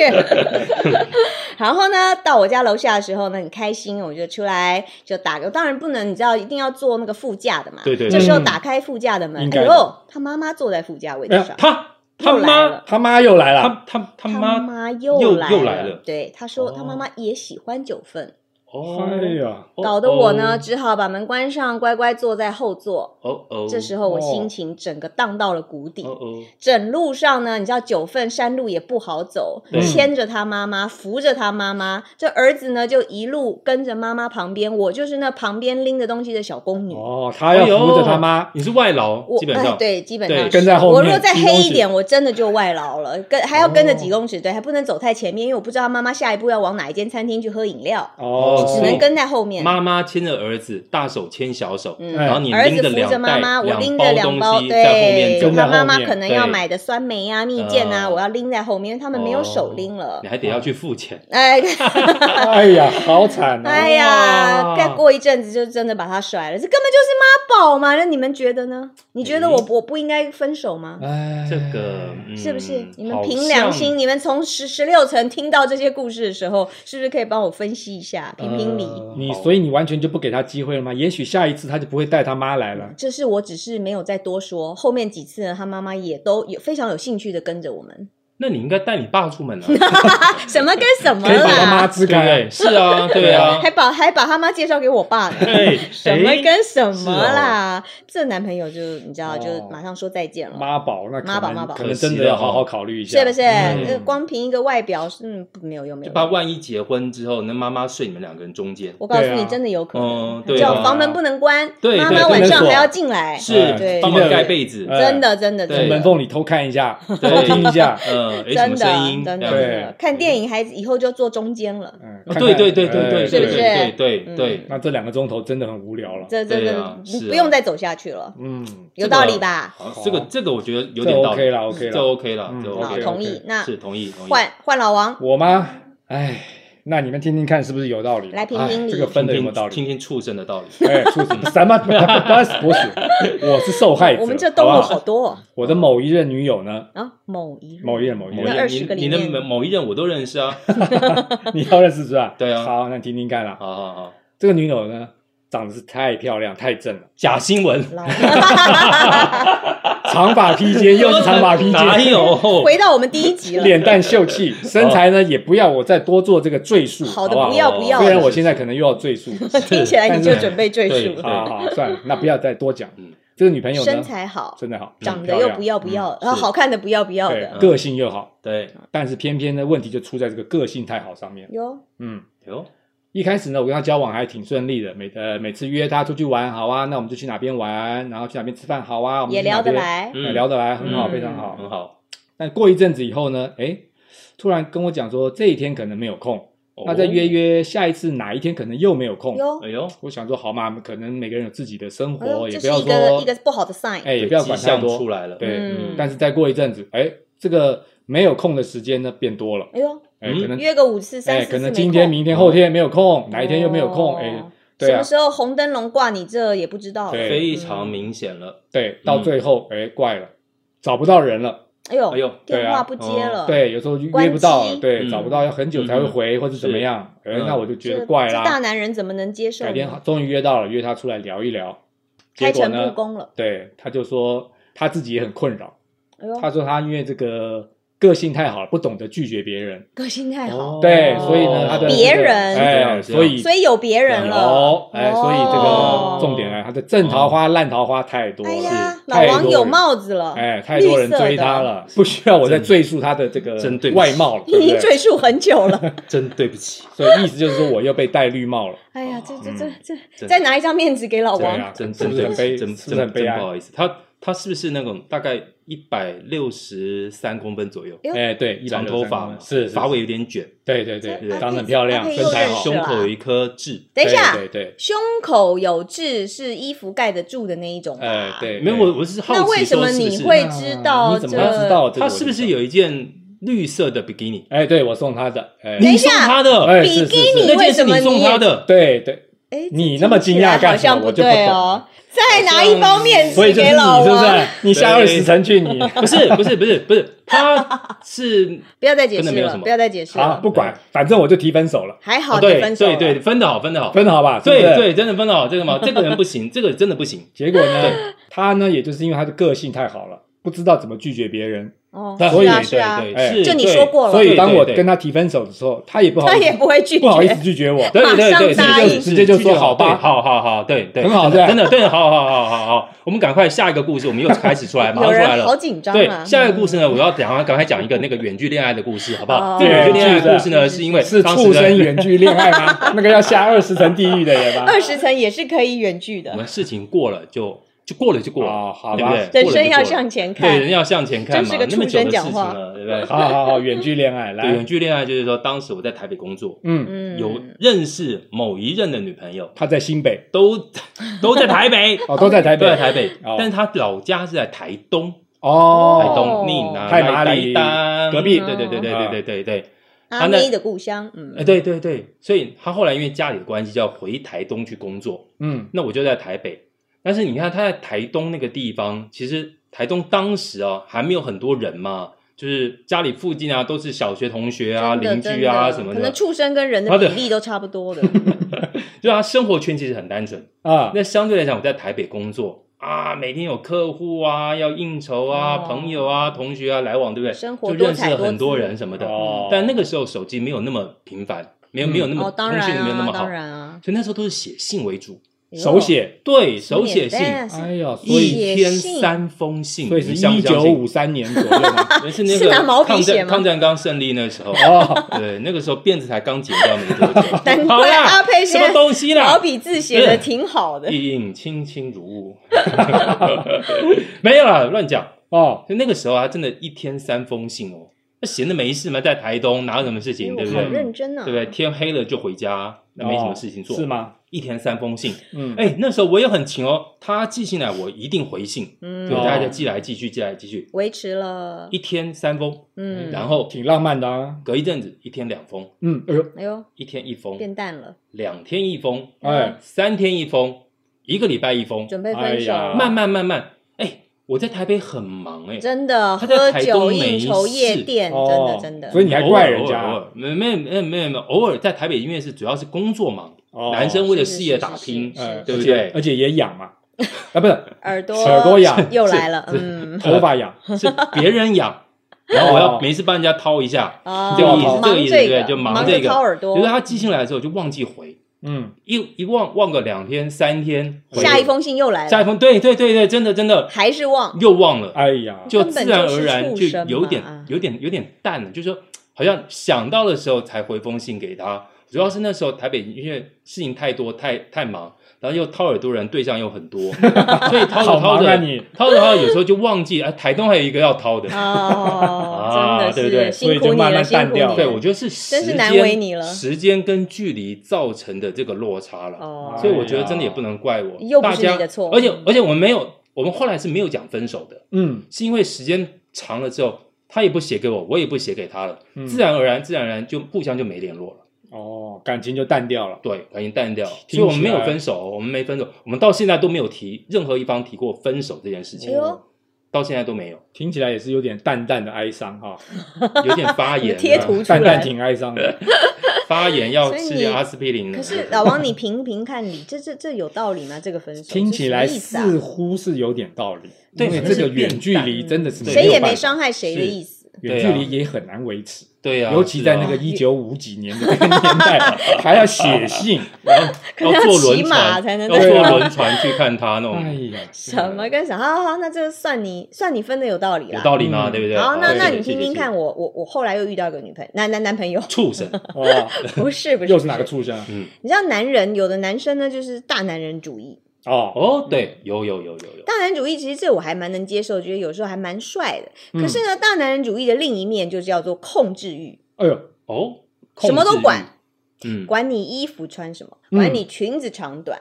Speaker 2: 然后呢，到我家楼下的时候呢，很开心，我就出来就打个，当然不能，你知道一定要坐那个副驾的嘛。
Speaker 1: 对对对
Speaker 2: 这时候打开副驾的门
Speaker 3: 应，该
Speaker 2: 哎
Speaker 3: 的
Speaker 2: 呦，他妈妈坐在副驾位置上，
Speaker 1: 他他
Speaker 2: 又来
Speaker 1: 妈
Speaker 2: 了。
Speaker 3: 他妈又来了，
Speaker 1: 他他哎他
Speaker 2: 他
Speaker 1: 妈
Speaker 2: 妈
Speaker 1: 又
Speaker 2: 来
Speaker 1: 又来了
Speaker 2: 对，他说
Speaker 1: 哦
Speaker 2: 他妈妈也喜欢九份，
Speaker 1: 哦
Speaker 3: 哎呀，
Speaker 1: 哦
Speaker 2: 搞得我呢只好把门关上，乖乖坐在后座。
Speaker 1: 哦哦，
Speaker 2: 这时候我
Speaker 3: 哦
Speaker 2: 心情整个荡到了谷底，
Speaker 1: 哦哦
Speaker 2: 整路上呢，你知道九份山路也不好走
Speaker 1: 对，
Speaker 2: 牵着他妈妈，扶着他妈妈，这儿子呢就一路跟着妈妈旁边，我就是那旁边拎着东西的小宫女。
Speaker 3: 哦，他要扶着他妈，，
Speaker 1: 你是外劳，
Speaker 2: 哎我
Speaker 1: 基本
Speaker 2: 哎
Speaker 1: 上，
Speaker 2: 对，基本上
Speaker 1: 对
Speaker 2: 是
Speaker 3: 跟在后面
Speaker 2: 我如果再
Speaker 3: 提东
Speaker 2: 黑
Speaker 3: 西
Speaker 2: 一点，我真的就外劳了，跟还要跟着几公尺，
Speaker 1: 哦
Speaker 2: 对，还不能走太前面，因为我不知道妈妈下一步要往哪一间餐厅去喝饮料，
Speaker 3: 哦，
Speaker 2: 只
Speaker 1: 所以
Speaker 2: 能跟在后面。
Speaker 1: 妈妈牵着儿子，大手牵小手，
Speaker 2: 嗯
Speaker 1: 然后你
Speaker 2: 儿
Speaker 1: 拎
Speaker 2: 子
Speaker 1: 着
Speaker 2: 扶
Speaker 1: 两
Speaker 2: 着妈
Speaker 1: 袋
Speaker 2: 妈，我拎着
Speaker 1: 包
Speaker 2: 两
Speaker 1: 东
Speaker 2: 包，
Speaker 1: 西在后面
Speaker 2: 对，
Speaker 1: 走
Speaker 3: 跟，在
Speaker 2: 他妈
Speaker 3: 后
Speaker 2: 妈
Speaker 3: 面
Speaker 2: 可能要
Speaker 1: 对哦
Speaker 2: 买的酸梅啊、蜜饯啊，
Speaker 1: 嗯
Speaker 2: 我要拎在后面，因为他们没有手拎了
Speaker 1: 你。还得要去付钱。
Speaker 2: 哎，
Speaker 3: 哎呀，好惨啊！
Speaker 2: 哎呀，
Speaker 1: 哇
Speaker 2: 再过一阵子就真的把他甩了，这根本就是妈宝嘛！那你们觉得呢？你觉得我我不应该分手吗？
Speaker 3: 哎，
Speaker 1: 这个嗯
Speaker 2: 是不是？你们
Speaker 1: 好
Speaker 2: 凭良
Speaker 1: 像
Speaker 2: 心，你们从十十六层听到这些故事的时候，是不是可以帮我分析一下、评
Speaker 1: 嗯
Speaker 2: 评理？
Speaker 3: 呃你所以你完全就不给他机会了吗？也许下一次他就不会带他妈来了。
Speaker 2: 这是我只是没有再多说，后面几次呢，他妈妈也都有非常有兴趣的跟着我们，
Speaker 1: 那你应该带你爸出 门啊，
Speaker 2: 什么跟什么
Speaker 3: 可以把他妈
Speaker 2: 啦，
Speaker 1: 对
Speaker 3: 支
Speaker 1: 不对？
Speaker 3: 开，
Speaker 1: 是 啊，对啊，
Speaker 2: 还把还把他妈介绍给我爸呢。
Speaker 1: 对，
Speaker 2: 什么
Speaker 1: 哎
Speaker 2: 跟什
Speaker 1: 是
Speaker 2: 么
Speaker 1: 哦
Speaker 2: 啦？这男朋友就你知道，就
Speaker 3: 哦
Speaker 2: 马上说再见了。
Speaker 3: 妈宝那可能
Speaker 2: 妈宝妈宝
Speaker 3: 可能真的要好好考虑一下，
Speaker 2: 是不是？
Speaker 1: 嗯
Speaker 2: 呃光凭一个外表是嗯不没有用，没
Speaker 1: 就
Speaker 2: 有
Speaker 1: 怕
Speaker 2: 用。
Speaker 1: 万一结婚之后，那妈妈睡你们两个人中间，
Speaker 2: 我告诉
Speaker 3: 对
Speaker 2: 你，
Speaker 3: 啊
Speaker 2: 真的有可能
Speaker 1: 嗯。对
Speaker 2: 叫
Speaker 1: 啊
Speaker 2: 房门不能关，
Speaker 1: 对
Speaker 2: 妈
Speaker 1: 对
Speaker 2: 妈
Speaker 1: 不
Speaker 2: 晚
Speaker 3: 能
Speaker 2: 上
Speaker 3: 锁
Speaker 2: 还要进来。
Speaker 1: 是
Speaker 2: 对
Speaker 1: 帮
Speaker 3: 真
Speaker 1: 忙
Speaker 3: 的
Speaker 1: 盖被子，
Speaker 3: 哎
Speaker 2: 真的，真的，
Speaker 1: 对
Speaker 2: 真
Speaker 3: 从门
Speaker 2: 的。
Speaker 3: 缝里偷看一下，
Speaker 1: 对
Speaker 3: 偷听一下，
Speaker 1: 呃，哎，什
Speaker 2: 真
Speaker 1: 么
Speaker 2: 的，
Speaker 1: 声音？
Speaker 2: 真的，
Speaker 1: 这
Speaker 2: 真
Speaker 1: 样
Speaker 3: 对
Speaker 2: 的，看电影还以后就坐中间了，
Speaker 3: 嗯，
Speaker 1: 哦
Speaker 3: 看看
Speaker 1: 对对对对对，
Speaker 3: 哎
Speaker 2: 是不是
Speaker 1: 对对对对
Speaker 2: 嗯
Speaker 3: 那这两个钟头真的很无聊了，
Speaker 2: 这这
Speaker 1: 对
Speaker 2: 这
Speaker 1: 啊
Speaker 2: 你
Speaker 1: 是
Speaker 2: 不
Speaker 1: 啊
Speaker 2: 用再走下去了，
Speaker 3: 嗯，
Speaker 2: 有道理吧？
Speaker 1: 好
Speaker 3: 好
Speaker 1: 这个这个我觉得有
Speaker 3: 这
Speaker 1: 点道
Speaker 3: OK
Speaker 1: 理，
Speaker 3: 了 OK
Speaker 1: 这
Speaker 3: 了，
Speaker 1: OK 了，
Speaker 3: 嗯
Speaker 1: 这
Speaker 2: 好，
Speaker 3: OK，
Speaker 1: OK，
Speaker 2: 同意
Speaker 3: OK。
Speaker 2: 那
Speaker 1: 是同意哎同意。
Speaker 2: 换换老王
Speaker 3: 我吗？哎，那你们听听看是不是有道理？
Speaker 2: 来评
Speaker 3: 哎
Speaker 2: 评理
Speaker 3: 这个分
Speaker 1: 听
Speaker 3: 的有没
Speaker 1: 听
Speaker 3: 有道理
Speaker 1: 听？听畜生的道 理，
Speaker 3: 哎，畜生， 什么？当然是不是，我是受害 者。
Speaker 2: 我们这动
Speaker 3: 好
Speaker 2: 物
Speaker 3: 不好
Speaker 2: 好多哦
Speaker 3: 我的某一任女友呢？
Speaker 2: 啊，某一日
Speaker 3: 某一任，某一
Speaker 1: 某
Speaker 3: 任
Speaker 2: 那，
Speaker 1: 一
Speaker 2: 20
Speaker 1: 你
Speaker 2: 个
Speaker 1: 你
Speaker 2: 里
Speaker 1: 的
Speaker 2: 面
Speaker 1: 某某一任我都认识 啊，
Speaker 3: 你要认识是吧？
Speaker 1: 对啊
Speaker 3: 好，那听听看啦。
Speaker 1: 好好好，
Speaker 3: 这个女友呢，长得是太漂亮、太正了，
Speaker 1: 假新闻，
Speaker 2: 老
Speaker 3: 长发披肩，又是长发披
Speaker 1: 哎 哪
Speaker 3: 肩，
Speaker 1: 有？
Speaker 2: 回到我们第一集了，
Speaker 3: 脸蛋秀气， 身材呢也不要我再多做这个赘述，
Speaker 2: 好
Speaker 3: 好
Speaker 2: 的
Speaker 3: 不好
Speaker 2: 不要不要
Speaker 3: 虽
Speaker 2: 的
Speaker 3: 然我现在可能又要 赘述，
Speaker 2: 听起来你就准备赘
Speaker 1: 对
Speaker 2: 述了。
Speaker 3: 好好好算了，那不要再多讲
Speaker 1: 嗯。
Speaker 3: 这个女朋友呢，
Speaker 2: 身材好，
Speaker 3: 真的好，
Speaker 2: 长
Speaker 3: 嗯
Speaker 2: 得
Speaker 3: 漂
Speaker 2: 又
Speaker 3: 亮
Speaker 2: 不要不要，
Speaker 1: 是
Speaker 2: 然后好看的不要不要
Speaker 3: 对，嗯
Speaker 2: 的，嗯
Speaker 3: 个性又好，
Speaker 1: 对，哎
Speaker 3: 但是偏偏呢问题就出在这个个性太好上面。
Speaker 2: 哟，
Speaker 3: 嗯，
Speaker 1: 哟，
Speaker 3: 一开始呢，我跟她交往还挺顺利的，每呃每次约她出去玩，好啊，那我们就去哪边玩，然后去哪边吃饭，好啊，我们
Speaker 2: 也
Speaker 3: 去哪
Speaker 2: 聊得
Speaker 3: 边，
Speaker 2: 来，
Speaker 1: 嗯
Speaker 3: 呃聊得来，很好，
Speaker 2: 嗯
Speaker 3: 非常好。
Speaker 1: 很好。
Speaker 3: 但过一阵子以后呢，哎，突然跟我讲说这一天可能没有空，
Speaker 1: 哦
Speaker 3: 那再约，约下一次哪一天可能又没有空。
Speaker 2: 哟，
Speaker 1: 哎呦，
Speaker 3: 我想说，好嘛，可能每个人有自己的生
Speaker 2: 哎呦
Speaker 3: 活，也
Speaker 2: 这是
Speaker 3: 不要
Speaker 2: 一个一
Speaker 3: 说
Speaker 2: 个，不好的 sign，
Speaker 3: 哎，也不要管
Speaker 1: 迹
Speaker 3: 太
Speaker 1: 象
Speaker 3: 多
Speaker 1: 出。来了，
Speaker 3: 对，
Speaker 2: 嗯
Speaker 3: 但是再过一阵子，哎，这个没有空的时间呢变多了，
Speaker 2: 哎呦，
Speaker 3: 哎，
Speaker 1: 嗯
Speaker 3: 可能
Speaker 2: 约个五次、三
Speaker 3: 哎，
Speaker 2: 四次
Speaker 3: 可
Speaker 2: 没
Speaker 3: 能
Speaker 2: 空
Speaker 3: 今天、明天、后天没有空，哪一天又没有空，
Speaker 2: 哦
Speaker 3: 哎，对
Speaker 2: 什
Speaker 3: 啊
Speaker 2: 么，时候红灯笼挂你这也不知道。
Speaker 3: 对嗯
Speaker 1: 非常明显了。
Speaker 3: 对，到
Speaker 1: 嗯
Speaker 3: 最后，哎，怪了，找不到人了，
Speaker 2: 哎呦，
Speaker 1: 哎呦，
Speaker 3: 对
Speaker 2: 电
Speaker 3: 啊
Speaker 2: 话不接了，
Speaker 3: 对，有时候就
Speaker 2: 嗯关
Speaker 3: 约不到了，
Speaker 2: 机
Speaker 3: 对，
Speaker 1: 嗯
Speaker 3: 找不到，要很久才会回，或者怎么
Speaker 1: 是
Speaker 3: 样，哎，
Speaker 1: 嗯
Speaker 3: 那我就觉
Speaker 2: 这，
Speaker 3: 得怪
Speaker 2: 这大
Speaker 3: 啦。
Speaker 2: 男人怎么能接受呢？
Speaker 3: 改天终于约到了，约他出来聊一聊，结
Speaker 2: 开
Speaker 3: 果
Speaker 2: 诚布
Speaker 3: 呢，
Speaker 2: 公了，
Speaker 3: 对，他就说他自己也很困扰，
Speaker 2: 哎呦，
Speaker 3: 他说他因为这个个性太好了，不懂得拒绝别人，
Speaker 2: 个性太好，
Speaker 1: 哦
Speaker 3: 对，所以呢，他的这个
Speaker 2: 别人
Speaker 3: 哎，
Speaker 1: 是这样
Speaker 3: 所以
Speaker 2: 所以有别人了。
Speaker 3: 有哎，
Speaker 2: 哦
Speaker 3: 所以这个重点来，他的正桃花、烂桃花太多
Speaker 2: 哎
Speaker 3: 了，
Speaker 2: 呀
Speaker 1: 是，
Speaker 2: 老
Speaker 3: 太多
Speaker 2: 王有
Speaker 3: 人
Speaker 2: 帽子了，
Speaker 3: 哎，太多人
Speaker 2: 绿色的
Speaker 3: 追他了，不需要我再赘述他的这个
Speaker 1: 真对不起
Speaker 3: 外貌了，对
Speaker 2: 已
Speaker 3: 不
Speaker 2: 经
Speaker 3: 对？
Speaker 2: 赘述很久了。
Speaker 1: 真对不起，
Speaker 3: 所以意思就是说，我又被戴绿 帽了，
Speaker 2: 哎呀，这这这
Speaker 3: 嗯
Speaker 2: 这
Speaker 1: 真
Speaker 2: 再拿一张面子给老
Speaker 3: 对
Speaker 2: 王，
Speaker 3: 啊，
Speaker 1: 真
Speaker 3: 是
Speaker 1: 真
Speaker 3: 不是
Speaker 1: 对
Speaker 3: 很
Speaker 1: 不起，
Speaker 3: 悲，是
Speaker 1: 真
Speaker 3: 不
Speaker 1: 真
Speaker 3: 是很悲
Speaker 1: 真
Speaker 3: 哀
Speaker 1: 不？好意思，他他是不是那种大概一百六十三公分左右，
Speaker 2: 哎呦
Speaker 3: 哎，对，一
Speaker 1: 长
Speaker 3: 般
Speaker 1: 头发嘛，
Speaker 3: 是是
Speaker 1: 发尾有点卷，
Speaker 3: 对对对
Speaker 2: 这
Speaker 1: 阿，
Speaker 3: 长得
Speaker 2: 佩
Speaker 3: 很漂亮
Speaker 2: 阿，佩
Speaker 3: 身
Speaker 2: 又
Speaker 3: 材
Speaker 2: 认识，
Speaker 3: 好
Speaker 1: 胸
Speaker 2: 了
Speaker 1: 口有一颗痣。
Speaker 2: 哎等一下，
Speaker 3: 对对
Speaker 2: 胸口有痣是衣服盖得住的那一种吧？
Speaker 3: 对，哎对，
Speaker 1: 没有，我我是好奇
Speaker 2: 那为什
Speaker 1: 说
Speaker 2: 么
Speaker 1: 是不
Speaker 2: 你
Speaker 1: 是
Speaker 2: 会知道
Speaker 3: 你
Speaker 2: 这？
Speaker 3: 怎么会知道这个
Speaker 1: 他是不是有一件绿色的比基尼？
Speaker 3: 哎，对我送他的，哎
Speaker 2: 等一下
Speaker 1: 送他的，
Speaker 3: 哎，
Speaker 2: 比
Speaker 3: 是是
Speaker 2: 基尼
Speaker 3: 是
Speaker 1: 那件是你送他的，
Speaker 3: 对对，
Speaker 2: 哎，这
Speaker 3: 你那么惊
Speaker 2: 听起来
Speaker 3: 讶干
Speaker 2: 好
Speaker 3: 什
Speaker 2: 像
Speaker 3: 么？
Speaker 2: 不
Speaker 3: 我就
Speaker 2: 对
Speaker 3: 懂
Speaker 2: 哦
Speaker 3: 了。。
Speaker 2: 再拿一包面
Speaker 3: 所以
Speaker 2: 纸
Speaker 3: 就是
Speaker 2: 给
Speaker 3: 你，
Speaker 2: 老
Speaker 3: 是不
Speaker 2: 王
Speaker 3: 是，？你下
Speaker 1: 对
Speaker 3: 二十层 去你
Speaker 1: 不是不是不是不是，他是
Speaker 2: 不要再解
Speaker 1: 真的
Speaker 2: 释
Speaker 1: 没有
Speaker 2: 了，
Speaker 1: 什么
Speaker 2: 不要再解释
Speaker 3: 好
Speaker 2: 了。
Speaker 3: 啊不管，反正我就提分手了，
Speaker 2: 还好
Speaker 1: 哦
Speaker 2: 你
Speaker 1: 对
Speaker 2: 分手
Speaker 1: 对
Speaker 2: 了，
Speaker 1: 对分的好分的好，
Speaker 3: 分好吧？是不
Speaker 1: 对
Speaker 3: 是。
Speaker 1: 对真的分的好，这个嘛这个人不行，这个真的不行，
Speaker 3: 结果呢，他呢，也就是因为他的个性太好了，不知道怎么拒绝别人，
Speaker 2: 哦，
Speaker 1: 对
Speaker 2: 是啊
Speaker 1: 对
Speaker 2: 是啊，
Speaker 1: 对
Speaker 3: 哎
Speaker 1: 对，是
Speaker 2: 就你
Speaker 1: 对
Speaker 2: 说过了
Speaker 3: 所以
Speaker 1: 对
Speaker 3: 当
Speaker 1: 对
Speaker 3: 我
Speaker 1: 对
Speaker 3: 跟他提分手的时候，他也不好
Speaker 2: 他
Speaker 3: 意
Speaker 2: 也
Speaker 3: 思，
Speaker 2: 不会拒绝，
Speaker 3: 不好意思拒绝我。
Speaker 1: 对对
Speaker 2: 马上
Speaker 1: 对，
Speaker 2: 答
Speaker 1: 是
Speaker 2: 应
Speaker 1: 是
Speaker 3: 直接就说
Speaker 1: 是
Speaker 3: 好吧
Speaker 1: 好好好，对对，
Speaker 3: 很好
Speaker 1: 真的
Speaker 3: 对
Speaker 1: 真的对，好好好好好，我们赶快下一个故事，我们又开始出来，哎马
Speaker 2: 有
Speaker 1: 上出来
Speaker 2: 人好
Speaker 1: 了。
Speaker 2: 紧张
Speaker 1: 对，
Speaker 2: 啊。
Speaker 1: 下一个故事呢，我要赶快赶快讲一个那个远距恋爱的故事，好不
Speaker 2: 哦
Speaker 1: 好？这个远距恋爱的故事呢，
Speaker 2: 是
Speaker 1: 是因为
Speaker 3: 是
Speaker 1: 当
Speaker 3: 畜
Speaker 1: 时的
Speaker 3: 生远距恋 爱吗？那个要下二十层地狱的人吗？
Speaker 2: 嗯二十层也是可以远距
Speaker 1: 啊我
Speaker 2: 的，
Speaker 1: 们事情过了就就过了就过了，
Speaker 3: 哦，好
Speaker 1: 对不
Speaker 3: 吧，
Speaker 1: 对？
Speaker 2: 人
Speaker 1: 过了
Speaker 2: 生
Speaker 1: 就
Speaker 2: 要
Speaker 1: 过了
Speaker 2: 向前
Speaker 1: 对，
Speaker 2: 看
Speaker 1: 人。要向前看
Speaker 2: 真
Speaker 1: 嘛
Speaker 2: 是个，
Speaker 1: 那么
Speaker 2: 畜
Speaker 1: 久
Speaker 2: 生
Speaker 1: 的事
Speaker 2: 讲
Speaker 1: 情
Speaker 2: 话
Speaker 1: 了，对不对？
Speaker 3: 好好好，远距恋爱
Speaker 1: 对，远
Speaker 3: 来，
Speaker 1: 距恋爱就是说，当时我在台北工作，
Speaker 3: 嗯，
Speaker 2: 嗯，
Speaker 1: 有认识某一任的女朋友，
Speaker 3: 他在新北，
Speaker 1: 都 都在台北，
Speaker 3: 哦，都在台
Speaker 1: 都在
Speaker 3: 北，
Speaker 1: 台北
Speaker 3: 哦，
Speaker 1: 但是她老家是在台东，
Speaker 3: 哦，
Speaker 1: 台
Speaker 2: 哦
Speaker 1: 东宁南
Speaker 3: 太麻里隔壁
Speaker 1: 对对对对对对对对，
Speaker 2: 阿
Speaker 1: 那
Speaker 2: 妹的故乡，嗯，
Speaker 1: 哎对对对，所以她后来因为家里的关系，就要回台东去工作，
Speaker 3: 嗯，
Speaker 1: 那我就在台北。但是你看他在台东那个地方，其实台东当时啊还没有很多人嘛，就是家里附近啊都是小学同学啊、
Speaker 2: 真的
Speaker 1: 邻居啊
Speaker 2: 真的
Speaker 1: 什么
Speaker 2: 可能
Speaker 1: 的，
Speaker 2: 畜生跟人的
Speaker 1: 他
Speaker 2: 比
Speaker 1: 的
Speaker 2: 例都差 不多的。
Speaker 1: 就他生活圈其实很单纯。
Speaker 3: 啊，
Speaker 1: 那相对来讲，我在台北工作啊，每天有客户啊、要应酬啊、
Speaker 2: 哦
Speaker 1: 朋友啊、同学啊来往，对不对？
Speaker 2: 生活
Speaker 1: 就
Speaker 2: 多
Speaker 1: 认识
Speaker 2: 彩
Speaker 1: 了
Speaker 2: 多
Speaker 1: 很多
Speaker 2: 姿
Speaker 1: 人什么的。
Speaker 3: 哦
Speaker 1: 但那个时候手机没有那么频繁，没有没有那么、
Speaker 2: 哦，当
Speaker 1: 嗯通
Speaker 2: 然
Speaker 1: 讯没有那么
Speaker 2: 啊，
Speaker 1: 好
Speaker 2: 当，然啊，
Speaker 1: 所以那时候都是写信为主，
Speaker 2: 哎呦
Speaker 3: 手，写，
Speaker 1: 对，手写信。
Speaker 2: Yes
Speaker 3: 哎呀，所以
Speaker 1: 一天三封信，
Speaker 3: 所以
Speaker 1: 你
Speaker 3: 是
Speaker 1: 相
Speaker 3: 一
Speaker 1: 不相
Speaker 3: 九
Speaker 1: 信？
Speaker 3: 五三年左右嘛，
Speaker 1: 是那
Speaker 2: 是
Speaker 1: 个
Speaker 2: 拿毛笔
Speaker 1: 抗
Speaker 2: 写
Speaker 1: 战
Speaker 2: 吗
Speaker 1: 抗战刚胜利那时候，
Speaker 3: 哦，
Speaker 1: 对，那个时候辫子才刚剪掉没多久。
Speaker 2: 难
Speaker 1: 好
Speaker 2: 怪
Speaker 1: 啦，
Speaker 2: 阿佩
Speaker 1: 什
Speaker 2: 现
Speaker 1: 么
Speaker 2: 在
Speaker 1: 东西
Speaker 2: 毛
Speaker 1: 啦？
Speaker 2: 笔字写的挺好的。
Speaker 1: 一影清清如雾， 没有啦，乱讲。
Speaker 3: 哦，
Speaker 1: 就那个时候啊，真的一天三封信哦，那闲的没事嘛，在台东哪有什么事
Speaker 2: 哎
Speaker 1: 情，
Speaker 2: 我
Speaker 1: 对不
Speaker 2: 好
Speaker 1: 对？
Speaker 2: 认真啊，
Speaker 1: 对不对？天黑了就回家，那没什么事情做，
Speaker 3: 哦是？吗？
Speaker 1: 一天三封信，
Speaker 3: 嗯，
Speaker 1: 哎，那时候我也很勤哦，他寄信来我一定回信，
Speaker 2: 嗯
Speaker 1: 对，
Speaker 3: 哦
Speaker 1: 大家就寄来寄去，寄来寄去，
Speaker 2: 维持了，
Speaker 1: 一天三封，
Speaker 2: 嗯，
Speaker 1: 然后
Speaker 3: 挺浪漫的啊，
Speaker 1: 隔一阵子一天两封，
Speaker 3: 嗯，哎呦，
Speaker 2: 哎呦，
Speaker 1: 一天一封，
Speaker 2: 变淡了，
Speaker 1: 两天一封，
Speaker 3: 哎，
Speaker 1: 三天一封，一个礼拜一封，
Speaker 2: 准备分手
Speaker 3: 哎呀
Speaker 2: 了，
Speaker 1: 慢慢慢慢，哎，我在台北很忙哎，
Speaker 2: 真的
Speaker 1: 他在
Speaker 2: 喝
Speaker 1: 台
Speaker 2: 酒、
Speaker 1: 东
Speaker 2: 应
Speaker 1: 没
Speaker 2: 酬、夜
Speaker 1: 事
Speaker 2: 店，真
Speaker 3: 哦
Speaker 2: 的真的，
Speaker 3: 所以你还怪人
Speaker 1: 偶尔
Speaker 3: 家，
Speaker 1: 偶尔没有没有没有没有，偶尔在台北因为是主要是工作忙，
Speaker 3: 哦
Speaker 1: 男生为了事业
Speaker 2: 是
Speaker 1: 打拼，
Speaker 2: 是是
Speaker 3: 哎
Speaker 1: 对不
Speaker 3: 而且
Speaker 1: 对
Speaker 3: 而且也痒嘛， 啊，不是，
Speaker 2: 耳朵
Speaker 3: 耳朵痒
Speaker 2: 又 来了，嗯，
Speaker 3: 头发痒，
Speaker 1: 是别人养，然后我
Speaker 3: 哦
Speaker 1: 要每次帮人家掏一下，
Speaker 2: 哦，
Speaker 3: 这个意思
Speaker 2: 忙
Speaker 1: 这个意思
Speaker 2: 这
Speaker 1: 对就忙
Speaker 2: 忙
Speaker 1: 这
Speaker 2: 着
Speaker 1: 个
Speaker 2: 掏耳
Speaker 1: 比
Speaker 2: 朵
Speaker 1: 如，说他寄信来的时候就忘记回，
Speaker 3: 嗯，
Speaker 1: 一一忘忘个两天三天，回
Speaker 2: 下一封信又来
Speaker 1: 下一
Speaker 2: 了，
Speaker 1: 封，对对对对，真的真的
Speaker 2: 还是忘，
Speaker 1: 又忘了，
Speaker 3: 哎呀，
Speaker 1: 就
Speaker 2: 根本
Speaker 1: 自然
Speaker 2: 就是
Speaker 1: 而然
Speaker 2: 畜
Speaker 1: 就
Speaker 2: 生
Speaker 1: 有
Speaker 2: 嘛
Speaker 1: 点
Speaker 2: 啊
Speaker 1: 有点有点淡了，就是说好像想到的时候才回封信给他。主要是那时候台北因为事情太多太太忙，然后又掏耳朵人对象又很 多，所以掏着
Speaker 3: 好
Speaker 1: 掏
Speaker 3: 忙啊
Speaker 1: 着
Speaker 3: 你，
Speaker 1: 掏着掏着有时候就忘记啊，台东还有一个要掏的。
Speaker 2: 啊 哦，
Speaker 1: 啊
Speaker 2: 真的是
Speaker 1: 对不对
Speaker 2: 辛
Speaker 3: 所
Speaker 2: 苦
Speaker 3: 以就
Speaker 2: 你
Speaker 3: 慢
Speaker 2: 了，
Speaker 3: 慢
Speaker 2: 辛苦
Speaker 3: 淡
Speaker 2: 你
Speaker 3: 掉
Speaker 2: 了。
Speaker 3: 了
Speaker 1: 对，我觉得是时
Speaker 2: 真是
Speaker 1: 间
Speaker 2: 难为你了
Speaker 1: 时间跟距离造成的这个落差了。
Speaker 2: 哦，
Speaker 1: 所以
Speaker 3: 哎
Speaker 1: 我觉得真的也不能怪我，
Speaker 2: 又不
Speaker 1: 大
Speaker 2: 是你
Speaker 1: 家
Speaker 2: 的错
Speaker 1: 而且而且我们没有，我们后来是没有讲分手的。
Speaker 3: 嗯，
Speaker 1: 是因为时间长了之后，他也不写给我，我也不写给他了，
Speaker 3: 嗯
Speaker 1: 自然而然，自然而然就互相就没联络了。
Speaker 3: 哦，感情就淡掉了，
Speaker 1: 对，感情淡掉，
Speaker 3: 听起
Speaker 1: 所以
Speaker 3: 来
Speaker 1: 我们没有分手哦，我们没分手，我们到现在都没有提任何一方提过分手这件事
Speaker 2: 哎
Speaker 1: 情，
Speaker 2: 呦，
Speaker 1: 到现在都没有，
Speaker 3: 听起来也是有点淡淡的哀伤 哈，
Speaker 1: 有点 发炎啊，
Speaker 2: 贴图出来
Speaker 3: 淡淡挺哀伤 的，
Speaker 1: 发炎要
Speaker 2: 所以你
Speaker 1: 吃阿司匹林了。
Speaker 2: 可是老王，你评评看你，这这这有道理吗？这个分手
Speaker 3: 听起来
Speaker 2: 是什么
Speaker 3: 似
Speaker 2: 意思啊
Speaker 3: 乎是有点道理，
Speaker 1: 对
Speaker 3: 因为
Speaker 1: 可
Speaker 3: 这
Speaker 1: 是
Speaker 3: 个
Speaker 1: 变
Speaker 3: 远距离
Speaker 2: 淡
Speaker 3: 真的是
Speaker 2: 啊
Speaker 1: 对
Speaker 2: 谁也
Speaker 3: 有办
Speaker 2: 没
Speaker 3: 法
Speaker 2: 伤害谁的意思。
Speaker 3: 远距
Speaker 1: 对啊
Speaker 3: 离也很难维持，
Speaker 1: 对啊，
Speaker 3: 尤其在那个
Speaker 1: 是啊
Speaker 3: 一九五几年的那个年代， 还要 写信，
Speaker 2: 可能
Speaker 1: 要坐
Speaker 2: 要骑
Speaker 1: 轮
Speaker 2: 马
Speaker 1: 船
Speaker 2: 才能
Speaker 1: 要
Speaker 2: 对
Speaker 1: 坐
Speaker 3: 啊
Speaker 1: 轮船去看他那
Speaker 3: 哎
Speaker 1: 种，
Speaker 3: 呀，
Speaker 2: 什么跟啥？好好好，那这个算你算你分的有道理
Speaker 1: 有
Speaker 2: 啦。
Speaker 1: 道理吗？
Speaker 3: 嗯
Speaker 1: 对不对？
Speaker 2: 好，那
Speaker 1: 对
Speaker 2: 那
Speaker 1: 对对
Speaker 2: 你听听
Speaker 1: 对
Speaker 2: 看
Speaker 1: 对
Speaker 2: 我，我我后来又遇到一个女朋男男男朋友，
Speaker 1: 畜生，
Speaker 3: 哇，
Speaker 2: 不是不是，
Speaker 3: 又是哪个畜生啊？
Speaker 1: 嗯，
Speaker 2: 你知道男人有的男生呢，就是大男人主义，
Speaker 3: 哦，
Speaker 1: 哦，对，有有有有有，
Speaker 2: 大男人主义其实这我还蛮能接受，觉得有时候还蛮帅的。
Speaker 3: 嗯
Speaker 2: 可是呢，大男人主义的另一面就叫做控制欲，
Speaker 3: 哎呦，
Speaker 1: 哦，
Speaker 2: 什么都管
Speaker 1: 控制欲，嗯，
Speaker 2: 管你衣服穿什么，
Speaker 3: 嗯
Speaker 2: 管你裙子长短，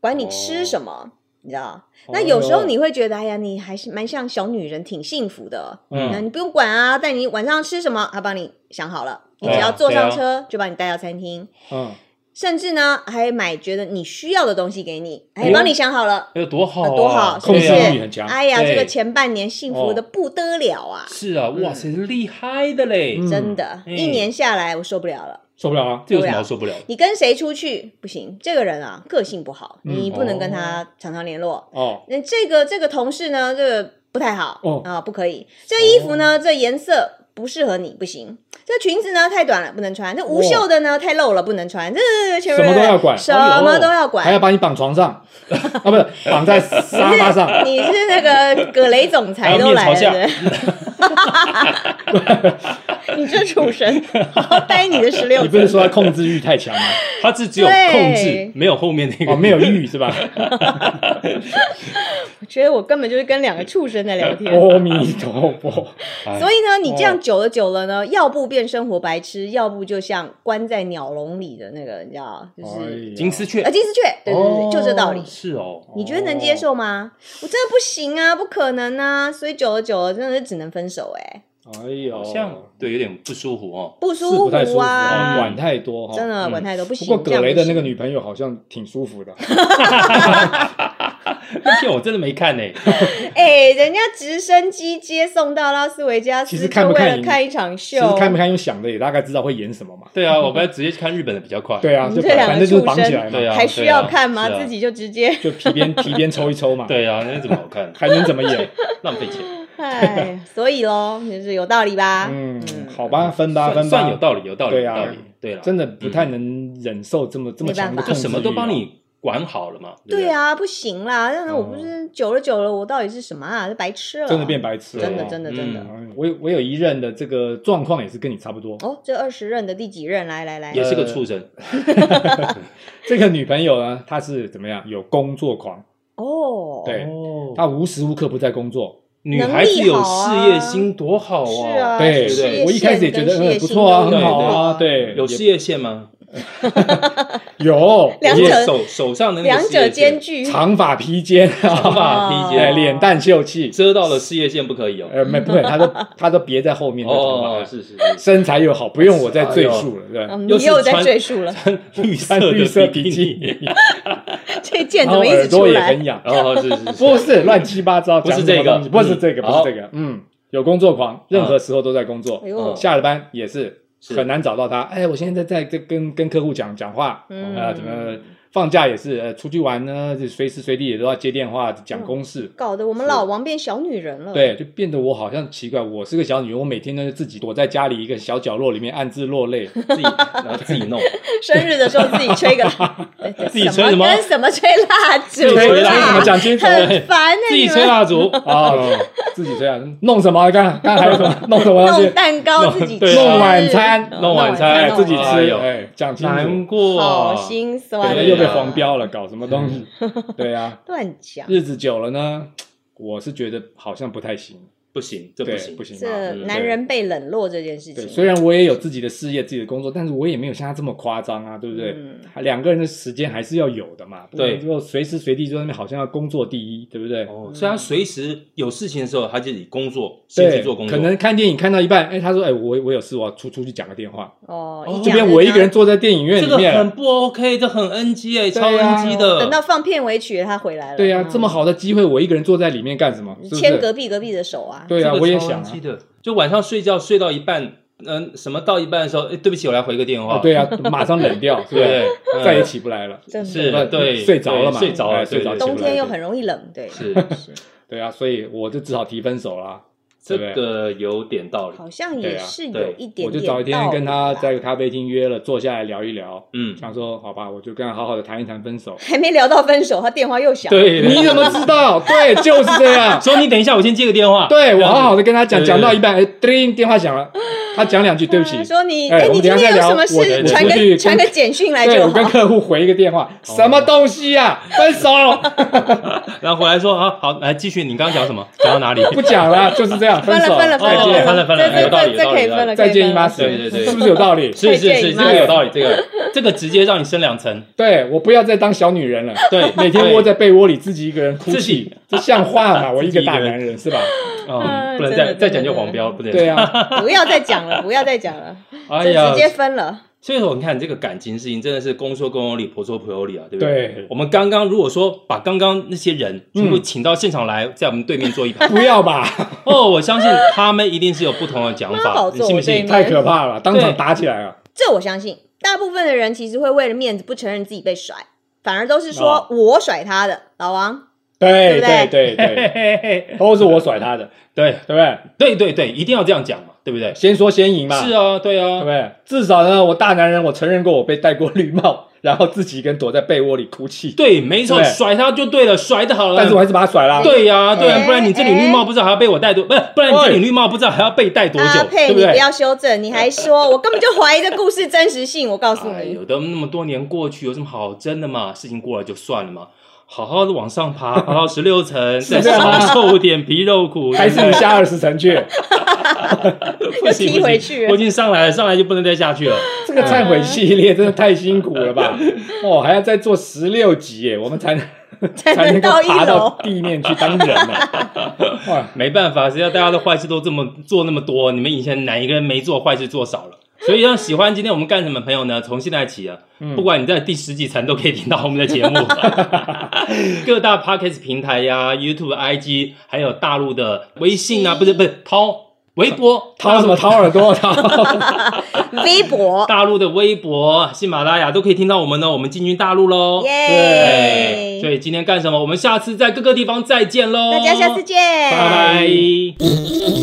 Speaker 2: 管你吃什么，你知道？那
Speaker 3: 哦
Speaker 2: 有时候你会觉得，哎呀，你还是蛮像小女人，挺幸福的。
Speaker 3: 嗯
Speaker 2: 那你不用管啊，但你晚上吃什么，他帮你想好了，你只
Speaker 1: 对啊
Speaker 2: 要坐
Speaker 1: 对啊
Speaker 2: 上车就把你带到餐厅，
Speaker 3: 嗯，
Speaker 2: 甚至呢还买觉得你需要的东西给你，
Speaker 1: 哎
Speaker 2: 还
Speaker 1: 呦
Speaker 2: 帮你想好了。
Speaker 1: 哎呦，多好啊，
Speaker 2: 呃多好，是
Speaker 3: 控
Speaker 2: 不
Speaker 3: 制
Speaker 1: 对啊
Speaker 3: 欲很
Speaker 2: 是？
Speaker 3: 强
Speaker 2: 哎呀，
Speaker 1: 对
Speaker 2: 这个前半年幸福的
Speaker 3: 哦
Speaker 2: 不得了啊，
Speaker 1: 是啊，哇塞，厉害的嘞，
Speaker 3: 嗯
Speaker 2: 真的，
Speaker 1: 嗯
Speaker 2: 一年下来我受不了了。
Speaker 3: 受不了啊，
Speaker 1: 这有什么好受不了的？
Speaker 2: 你跟谁出去不行，这个人啊个性不好，
Speaker 3: 嗯
Speaker 2: 你不能跟他常常联络。
Speaker 3: 哦，
Speaker 2: 那、这个这个同事呢，这个不太好
Speaker 3: 哦
Speaker 2: 啊，不可以。这衣服呢，这颜色。不适合你，不行。这裙子呢太短了，不能穿；这无袖的呢太露了，不能穿。这什
Speaker 3: 哦什么都要管哦
Speaker 2: 什么都要管
Speaker 3: 哎还。要把你绑床上啊，不是绑在沙发 上，
Speaker 2: 你是那个葛雷总裁都来了，
Speaker 1: 还有
Speaker 2: 对不对 你这畜生，好好待你的十六
Speaker 3: 你不是
Speaker 2: 字。
Speaker 3: 说他控制欲太强吗？
Speaker 1: 它是只有
Speaker 2: 对
Speaker 1: 控制，没有后面那个，
Speaker 3: 哦，没有欲是吧？
Speaker 2: 我觉得我根本就是跟两个畜生在聊天。
Speaker 3: 阿弥陀佛，
Speaker 1: 哎
Speaker 2: 所以呢，你这样久了久了
Speaker 3: 哦
Speaker 2: 呢，要不变生活白痴，要不就像关在鸟笼里的那个，你知道，就是
Speaker 1: 金丝雀
Speaker 3: 哎
Speaker 2: 啊，，金丝雀，对对对，
Speaker 1: 哦
Speaker 2: 就这道理。
Speaker 1: 是哦，
Speaker 2: 你觉得能接受吗？我真的不行啊，不可能啊！所以久了久了，真的是只能分手哎、
Speaker 3: 哎呦，
Speaker 1: 好像对，有点不舒服哦。
Speaker 2: 不
Speaker 3: 是不
Speaker 2: 舒
Speaker 3: 太舒
Speaker 2: 服
Speaker 3: 服啊，
Speaker 2: 啊，
Speaker 3: 管太多哈。
Speaker 2: 真的
Speaker 1: 嗯
Speaker 2: 管太多不
Speaker 3: 不
Speaker 2: 行。
Speaker 3: 过
Speaker 2: 这
Speaker 3: 葛
Speaker 2: 样
Speaker 3: 雷
Speaker 2: 不
Speaker 3: 的
Speaker 2: 行
Speaker 3: 那个女朋友好像挺舒服的，
Speaker 1: 那片我真的没看呢，
Speaker 2: 哎、人家直升机接送到拉斯维加
Speaker 3: 其
Speaker 2: 斯，
Speaker 3: 实看
Speaker 2: 就
Speaker 3: 不看
Speaker 2: 为了
Speaker 3: 赢
Speaker 2: 看一场
Speaker 3: 其
Speaker 2: 秀，
Speaker 3: 实看不看用想的也大概知道会演什么嘛。
Speaker 1: 对啊，我们直接去看日本的比较快。
Speaker 3: 对啊，
Speaker 2: 你
Speaker 3: 就
Speaker 2: 这两
Speaker 3: 反
Speaker 2: 个
Speaker 3: 反正就是
Speaker 2: 畜
Speaker 3: 绑起
Speaker 2: 生
Speaker 3: 来嘛
Speaker 1: 对，啊
Speaker 2: 还需要看吗？
Speaker 1: 是啊
Speaker 2: 自己就直 接，
Speaker 3: 就皮鞭皮鞭抽一抽嘛，
Speaker 1: 对啊，那怎么好看？
Speaker 3: 还能怎 么演？
Speaker 1: 浪费钱，
Speaker 2: 哎，所以喽，就是有道理吧？
Speaker 3: 嗯，好吧，分吧
Speaker 1: 算
Speaker 3: 分
Speaker 1: 算有
Speaker 3: 吧，
Speaker 1: 道理，有道理，
Speaker 3: 对
Speaker 1: 有
Speaker 3: 啊
Speaker 1: 道理。对了，
Speaker 3: 真的不太能忍受这么这么强
Speaker 2: 嗯
Speaker 3: 的
Speaker 2: 没办法
Speaker 1: 就
Speaker 3: 控制欲啊，
Speaker 1: 什么都帮你管好了嘛。
Speaker 2: 对
Speaker 1: 呀，
Speaker 2: 啊，不行啦！但是我不是久了久了，我到底是什么啊？是白痴了，
Speaker 3: 嗯真的变白痴了，
Speaker 2: 真的
Speaker 3: 哦
Speaker 2: 真的真的。
Speaker 3: 嗯我有我有一任的这个状况也是跟你差不多，
Speaker 2: 哦，这二十任的第几任？来来来
Speaker 1: 也，是个畜生。
Speaker 3: 这个女朋友呢，她是怎么样？有工作狂，
Speaker 2: 哦，
Speaker 3: 对
Speaker 1: 哦，
Speaker 3: 她无时无刻不在工作。
Speaker 1: 女孩子有事业心多好哦。
Speaker 2: 是啊，
Speaker 3: 对
Speaker 1: 是
Speaker 2: 事业
Speaker 3: 我一开始也觉
Speaker 2: 线
Speaker 3: 得
Speaker 2: 跟事
Speaker 3: 嗯
Speaker 2: 业
Speaker 3: 不
Speaker 2: 心
Speaker 3: 错啊，
Speaker 2: 都
Speaker 3: 很
Speaker 1: 有
Speaker 3: 好
Speaker 1: 啊
Speaker 3: 啊，对，
Speaker 1: 有事业线吗？
Speaker 3: 有
Speaker 2: 两
Speaker 3: 也
Speaker 2: 者
Speaker 1: 手手上的那个
Speaker 2: 两
Speaker 1: 事业
Speaker 2: 者
Speaker 1: 线
Speaker 2: 兼具，
Speaker 3: 长发披肩
Speaker 1: 长
Speaker 3: 啊，
Speaker 2: 哦
Speaker 1: 发披
Speaker 3: 哎，
Speaker 1: 肩，
Speaker 3: 脸蛋秀气，
Speaker 1: 遮到了事业线不可以哦。
Speaker 3: 呃，没不会，她都她都别在后面的头
Speaker 1: 哦，
Speaker 3: 发，
Speaker 1: 是是是，
Speaker 3: 身材又好，不用我再赘述了，对。
Speaker 2: 哎嗯，
Speaker 1: 又
Speaker 2: 你
Speaker 1: 是
Speaker 2: 又在
Speaker 1: 穿
Speaker 2: 赘述了，
Speaker 1: 绿色
Speaker 3: 穿
Speaker 1: 的
Speaker 3: 绿色
Speaker 1: 比
Speaker 3: 比基尼，
Speaker 2: 这箭
Speaker 3: 然
Speaker 2: 怎
Speaker 3: 后
Speaker 2: 么一
Speaker 3: 耳
Speaker 2: 直出
Speaker 3: 朵也
Speaker 2: 来
Speaker 3: 很？痒，
Speaker 1: 哦，是是
Speaker 3: 不是乱七八糟，
Speaker 1: 不是
Speaker 3: 讲
Speaker 1: 这
Speaker 3: 什么
Speaker 1: 个
Speaker 3: 东西不是
Speaker 1: 嗯
Speaker 3: 这个，不
Speaker 1: 好
Speaker 3: 是这个，嗯，有工作狂，任何时候都在工作
Speaker 2: 哎，呦
Speaker 1: 嗯，
Speaker 3: 下了班也是
Speaker 1: 是
Speaker 3: 很难找到他。哎，我现在在在跟跟客户讲讲话，
Speaker 2: 嗯
Speaker 3: 呃，怎么放假也是，呃，出去玩呢，就随时随地也都要接电话讲公事。
Speaker 2: 搞得我们老王变小女人了。，
Speaker 3: 对，就变得我好像奇怪，我是个小女人，我每天都是自己躲在家里一个小角落里面暗自落 泪。
Speaker 1: 自己然后自己弄，
Speaker 2: 生日的时候自己吹个 蜡，
Speaker 1: 自己吹什么
Speaker 2: 跟什么吹蜡烛
Speaker 1: 自己吹蜡烛
Speaker 2: 啦
Speaker 3: 哎怎么讲清 楚？
Speaker 2: 很烦哎，
Speaker 1: 自己
Speaker 2: 你
Speaker 1: 吹
Speaker 2: 们
Speaker 1: 蜡烛，
Speaker 3: 啊，自己这样弄什么？刚刚还有什么？弄什么东
Speaker 2: 弄
Speaker 3: 西？啊
Speaker 2: 蛋糕自己
Speaker 1: 弄
Speaker 2: 吃，嗯
Speaker 3: 弄晚餐
Speaker 1: 弄晚餐
Speaker 3: 哎，
Speaker 2: 弄
Speaker 3: 自己
Speaker 1: 哎
Speaker 3: 吃，
Speaker 1: 呦
Speaker 3: 哎，讲清 楚。
Speaker 1: 难过，
Speaker 2: 好心酸
Speaker 3: 对，
Speaker 2: 啊，
Speaker 1: 对
Speaker 3: 又被黄标了，搞什么东 西？对啊，
Speaker 2: 乱讲，
Speaker 3: 日子久了呢，我是觉得好像不太行，
Speaker 1: 不行，这
Speaker 3: 啊对
Speaker 1: 不，行
Speaker 3: 不，行
Speaker 2: 这
Speaker 3: 吧。
Speaker 2: 男人被冷落这件事
Speaker 3: 对，
Speaker 2: 情，
Speaker 3: 虽然我也有自己的事业、自己的工作，但是我也没有像他这么夸张啊，对不对？
Speaker 2: 嗯
Speaker 3: 两个人的时间还是要有的嘛，不
Speaker 1: 对
Speaker 3: 能就随时随地就在那边好像要工作第一，对不对？
Speaker 1: 哦，所以他随时有事情的时候，他就以工作先去
Speaker 3: 对
Speaker 1: 做工，作，
Speaker 3: 可能看电影看到一半，哎，他说，哎，我我有事，我要出出去讲个电话。
Speaker 2: 哦
Speaker 1: 哦，
Speaker 2: 一
Speaker 3: 这
Speaker 2: 讲
Speaker 3: 边
Speaker 2: 就
Speaker 3: 我一个
Speaker 2: 这样
Speaker 3: 人坐在电影院
Speaker 1: 这
Speaker 3: 里
Speaker 1: 个很
Speaker 3: 面，
Speaker 1: 不 OK，这很 NG 哎，
Speaker 3: 对
Speaker 1: 超
Speaker 3: 啊
Speaker 1: NG 的，
Speaker 2: 等到放片尾曲他回来了，
Speaker 3: 对呀，啊
Speaker 2: 嗯
Speaker 3: 这么。好的机会，我一个人坐在里面干什么？是不
Speaker 2: 牵
Speaker 3: 是？
Speaker 2: 隔壁隔壁的手啊，
Speaker 3: 对呀，
Speaker 1: 这个
Speaker 3: 我也
Speaker 1: 超
Speaker 3: 想啊
Speaker 1: NG 的，就晚上睡觉睡到一半，嗯、什么到一半的时候，哎，对不起，我来回个电话，
Speaker 3: 哦，对呀，马上冷掉，对不
Speaker 1: 对不
Speaker 3: 对？
Speaker 1: 对，嗯
Speaker 3: 再也起不来了。
Speaker 2: 真的
Speaker 1: 是
Speaker 3: 不
Speaker 1: 对
Speaker 3: 睡着了嘛
Speaker 1: 对睡着了，
Speaker 3: 哎睡着
Speaker 1: 对
Speaker 3: 起不
Speaker 2: 冬
Speaker 3: 来
Speaker 2: 天又很容易冷，对，
Speaker 1: 是
Speaker 3: 对啊，所以我就只好提分手啦。
Speaker 1: 这
Speaker 3: 对不对
Speaker 1: 个有点道理，
Speaker 2: 好像
Speaker 3: 对
Speaker 2: 也
Speaker 3: 啊
Speaker 2: 是有
Speaker 1: 对
Speaker 2: 一点点道理啦。。
Speaker 3: 我就找一天跟他在咖啡厅约了，坐下来聊一聊，
Speaker 1: 嗯，
Speaker 3: 想说好吧，我就跟他好好的谈一谈分手
Speaker 2: 还没聊到分手，他电话又响，
Speaker 1: 对，
Speaker 3: 你怎么知道？对，就是这样。
Speaker 1: 说你等一下，我先接个电话，
Speaker 3: 对
Speaker 1: 这
Speaker 3: 我
Speaker 1: 样子
Speaker 3: 好好的跟他讲，
Speaker 1: 对对
Speaker 3: 讲到一半，哎，叮，电话响了，他讲两句，对不起
Speaker 2: 他，说你，
Speaker 3: 哎
Speaker 2: 哎，
Speaker 3: 我
Speaker 2: 你
Speaker 3: 们
Speaker 2: 今
Speaker 3: 等一下
Speaker 2: 天有
Speaker 3: 再聊
Speaker 2: 什么
Speaker 3: 我的
Speaker 2: 事
Speaker 3: 我
Speaker 2: 传
Speaker 3: 出去
Speaker 2: 个
Speaker 3: 跟
Speaker 2: 传个简讯来
Speaker 3: 对
Speaker 2: 哎就
Speaker 3: 我跟
Speaker 2: 好。哦
Speaker 3: 客户回一个电话，什么东西呀、分手，
Speaker 1: 然后回来说啊，好，来继续，你刚刚讲什么？讲到哪里？
Speaker 3: 不讲了， 就是这样，
Speaker 2: 分
Speaker 3: 手，
Speaker 2: 了
Speaker 3: 哦
Speaker 2: 分了
Speaker 1: 分
Speaker 3: 再
Speaker 1: 了
Speaker 3: 见，
Speaker 1: 分了分了
Speaker 2: 这这
Speaker 1: 有道理
Speaker 2: 这
Speaker 1: 有
Speaker 2: 这可以
Speaker 1: 道理
Speaker 2: 分了，
Speaker 3: 再
Speaker 2: 可以
Speaker 3: 见
Speaker 2: 分
Speaker 3: 姨妈
Speaker 2: 了
Speaker 3: 死，
Speaker 1: 哦对对对
Speaker 3: 是不是有道理？
Speaker 1: 是是是，这个有道理，这个这个直接让你升两 层，
Speaker 3: 对我不要再当小女人了，
Speaker 1: 对，
Speaker 3: 每天窝在被窝里自己一个人哭
Speaker 1: 自己
Speaker 3: 泣，这像话吗？我
Speaker 1: 自
Speaker 3: 一
Speaker 1: 己
Speaker 3: 个
Speaker 1: 一个
Speaker 3: 大
Speaker 1: 人
Speaker 3: 男人是吧？
Speaker 1: 嗯，
Speaker 2: 嗯
Speaker 1: 不能
Speaker 2: 真
Speaker 1: 再
Speaker 2: 的
Speaker 1: 再讲
Speaker 2: 真
Speaker 1: 就
Speaker 2: 的真的
Speaker 1: 黄标，不能
Speaker 3: 对。 啊，
Speaker 2: 不要再讲了，不要再讲了，
Speaker 1: 哎
Speaker 2: 这
Speaker 1: 呀
Speaker 2: 直，接分了。
Speaker 1: 所以说你看这个感情事情真的是公说公有理，婆说婆有理啊，对不对？
Speaker 3: 对，
Speaker 1: 我们刚刚如果说把刚刚那些人全部请到现场来，在我们对面坐一 排，
Speaker 3: 不要吧，
Speaker 1: 哦，我相信他们一定是有不同的讲
Speaker 2: 妈
Speaker 1: 法
Speaker 2: 宝，
Speaker 1: 你
Speaker 2: 座
Speaker 1: 信不
Speaker 2: 对
Speaker 1: 信
Speaker 2: 面？
Speaker 3: 太可怕了，当
Speaker 1: 对
Speaker 3: 场打起来啊了。
Speaker 2: 这我相信，大部分的人其实会为了面子不承认自己被甩，反而都是说
Speaker 3: 哦
Speaker 2: 我甩他的，老王。
Speaker 3: 对
Speaker 2: 对不对
Speaker 3: 对对， 都是我甩他的，
Speaker 1: 对
Speaker 3: 对不对？
Speaker 1: 对对对，一定要这样讲嘛，对不对？
Speaker 3: 先说先赢嘛，
Speaker 1: 是啊，对
Speaker 3: 对不
Speaker 1: 啊，
Speaker 3: 对？至少呢，我大男人，我承认过我被戴过绿帽，然后自己一个人躲在被窝里哭泣，
Speaker 1: 对，没错，
Speaker 3: 对
Speaker 1: 甩他就对了，甩的好了。
Speaker 3: 但是我还是把他甩了。
Speaker 1: 对呀，对呀，
Speaker 2: 哎
Speaker 1: 不然你这顶绿帽不知道还要被我戴多，不是，不然你这顶绿帽不知道还要被戴多
Speaker 2: 阿
Speaker 1: 久，
Speaker 2: 啊佩，
Speaker 1: 对
Speaker 2: 你
Speaker 1: 对
Speaker 2: 不？要修正，你还说，我根本就怀疑这故事真实性。我告诉
Speaker 1: 哎
Speaker 2: 你，
Speaker 1: 呦，都那么多年过去，有什么好争的嘛？事情过了就算了嘛，好好的往上 爬，爬到十六层，再
Speaker 3: 这样吗
Speaker 1: 少受点皮肉苦，
Speaker 3: 啊还是
Speaker 1: 对
Speaker 3: 你
Speaker 1: 不对
Speaker 3: 下二十 层去，
Speaker 1: 不行
Speaker 2: 踢
Speaker 1: 不
Speaker 2: 回
Speaker 1: 行
Speaker 2: 去了
Speaker 1: 我已经上来了，上来就不能再下去了。
Speaker 3: 这个忏悔系列真的太辛苦 了吧？哦，还要再做十六集耶，我们才能
Speaker 2: 才
Speaker 3: 才
Speaker 2: 能
Speaker 3: 能够
Speaker 2: 到一
Speaker 3: 爬到
Speaker 2: 楼。
Speaker 3: 地面去当人 呢、哇，
Speaker 1: 没办法，谁叫大家的坏事都这么做那么多？你们以前哪一个人没做坏事做少了？所以让喜欢今天我们干什么的朋友呢？从现在起啊，
Speaker 3: 嗯
Speaker 1: 不管你在第十几层都可以听到我们的 节目，各大 podcast 平台呀、YouTube、IG，还有大陆的微信啊，不是不是掏微博，
Speaker 3: 掏什么掏耳朵掏？
Speaker 2: 微博，
Speaker 1: 大陆的微博、喜马拉雅都可以听到我们呢。我们进军大陆喽！哎所
Speaker 2: 耶！
Speaker 1: 以今天干什么？我们下次在各个地方再见喽！
Speaker 2: 大家下次见，
Speaker 1: 拜拜。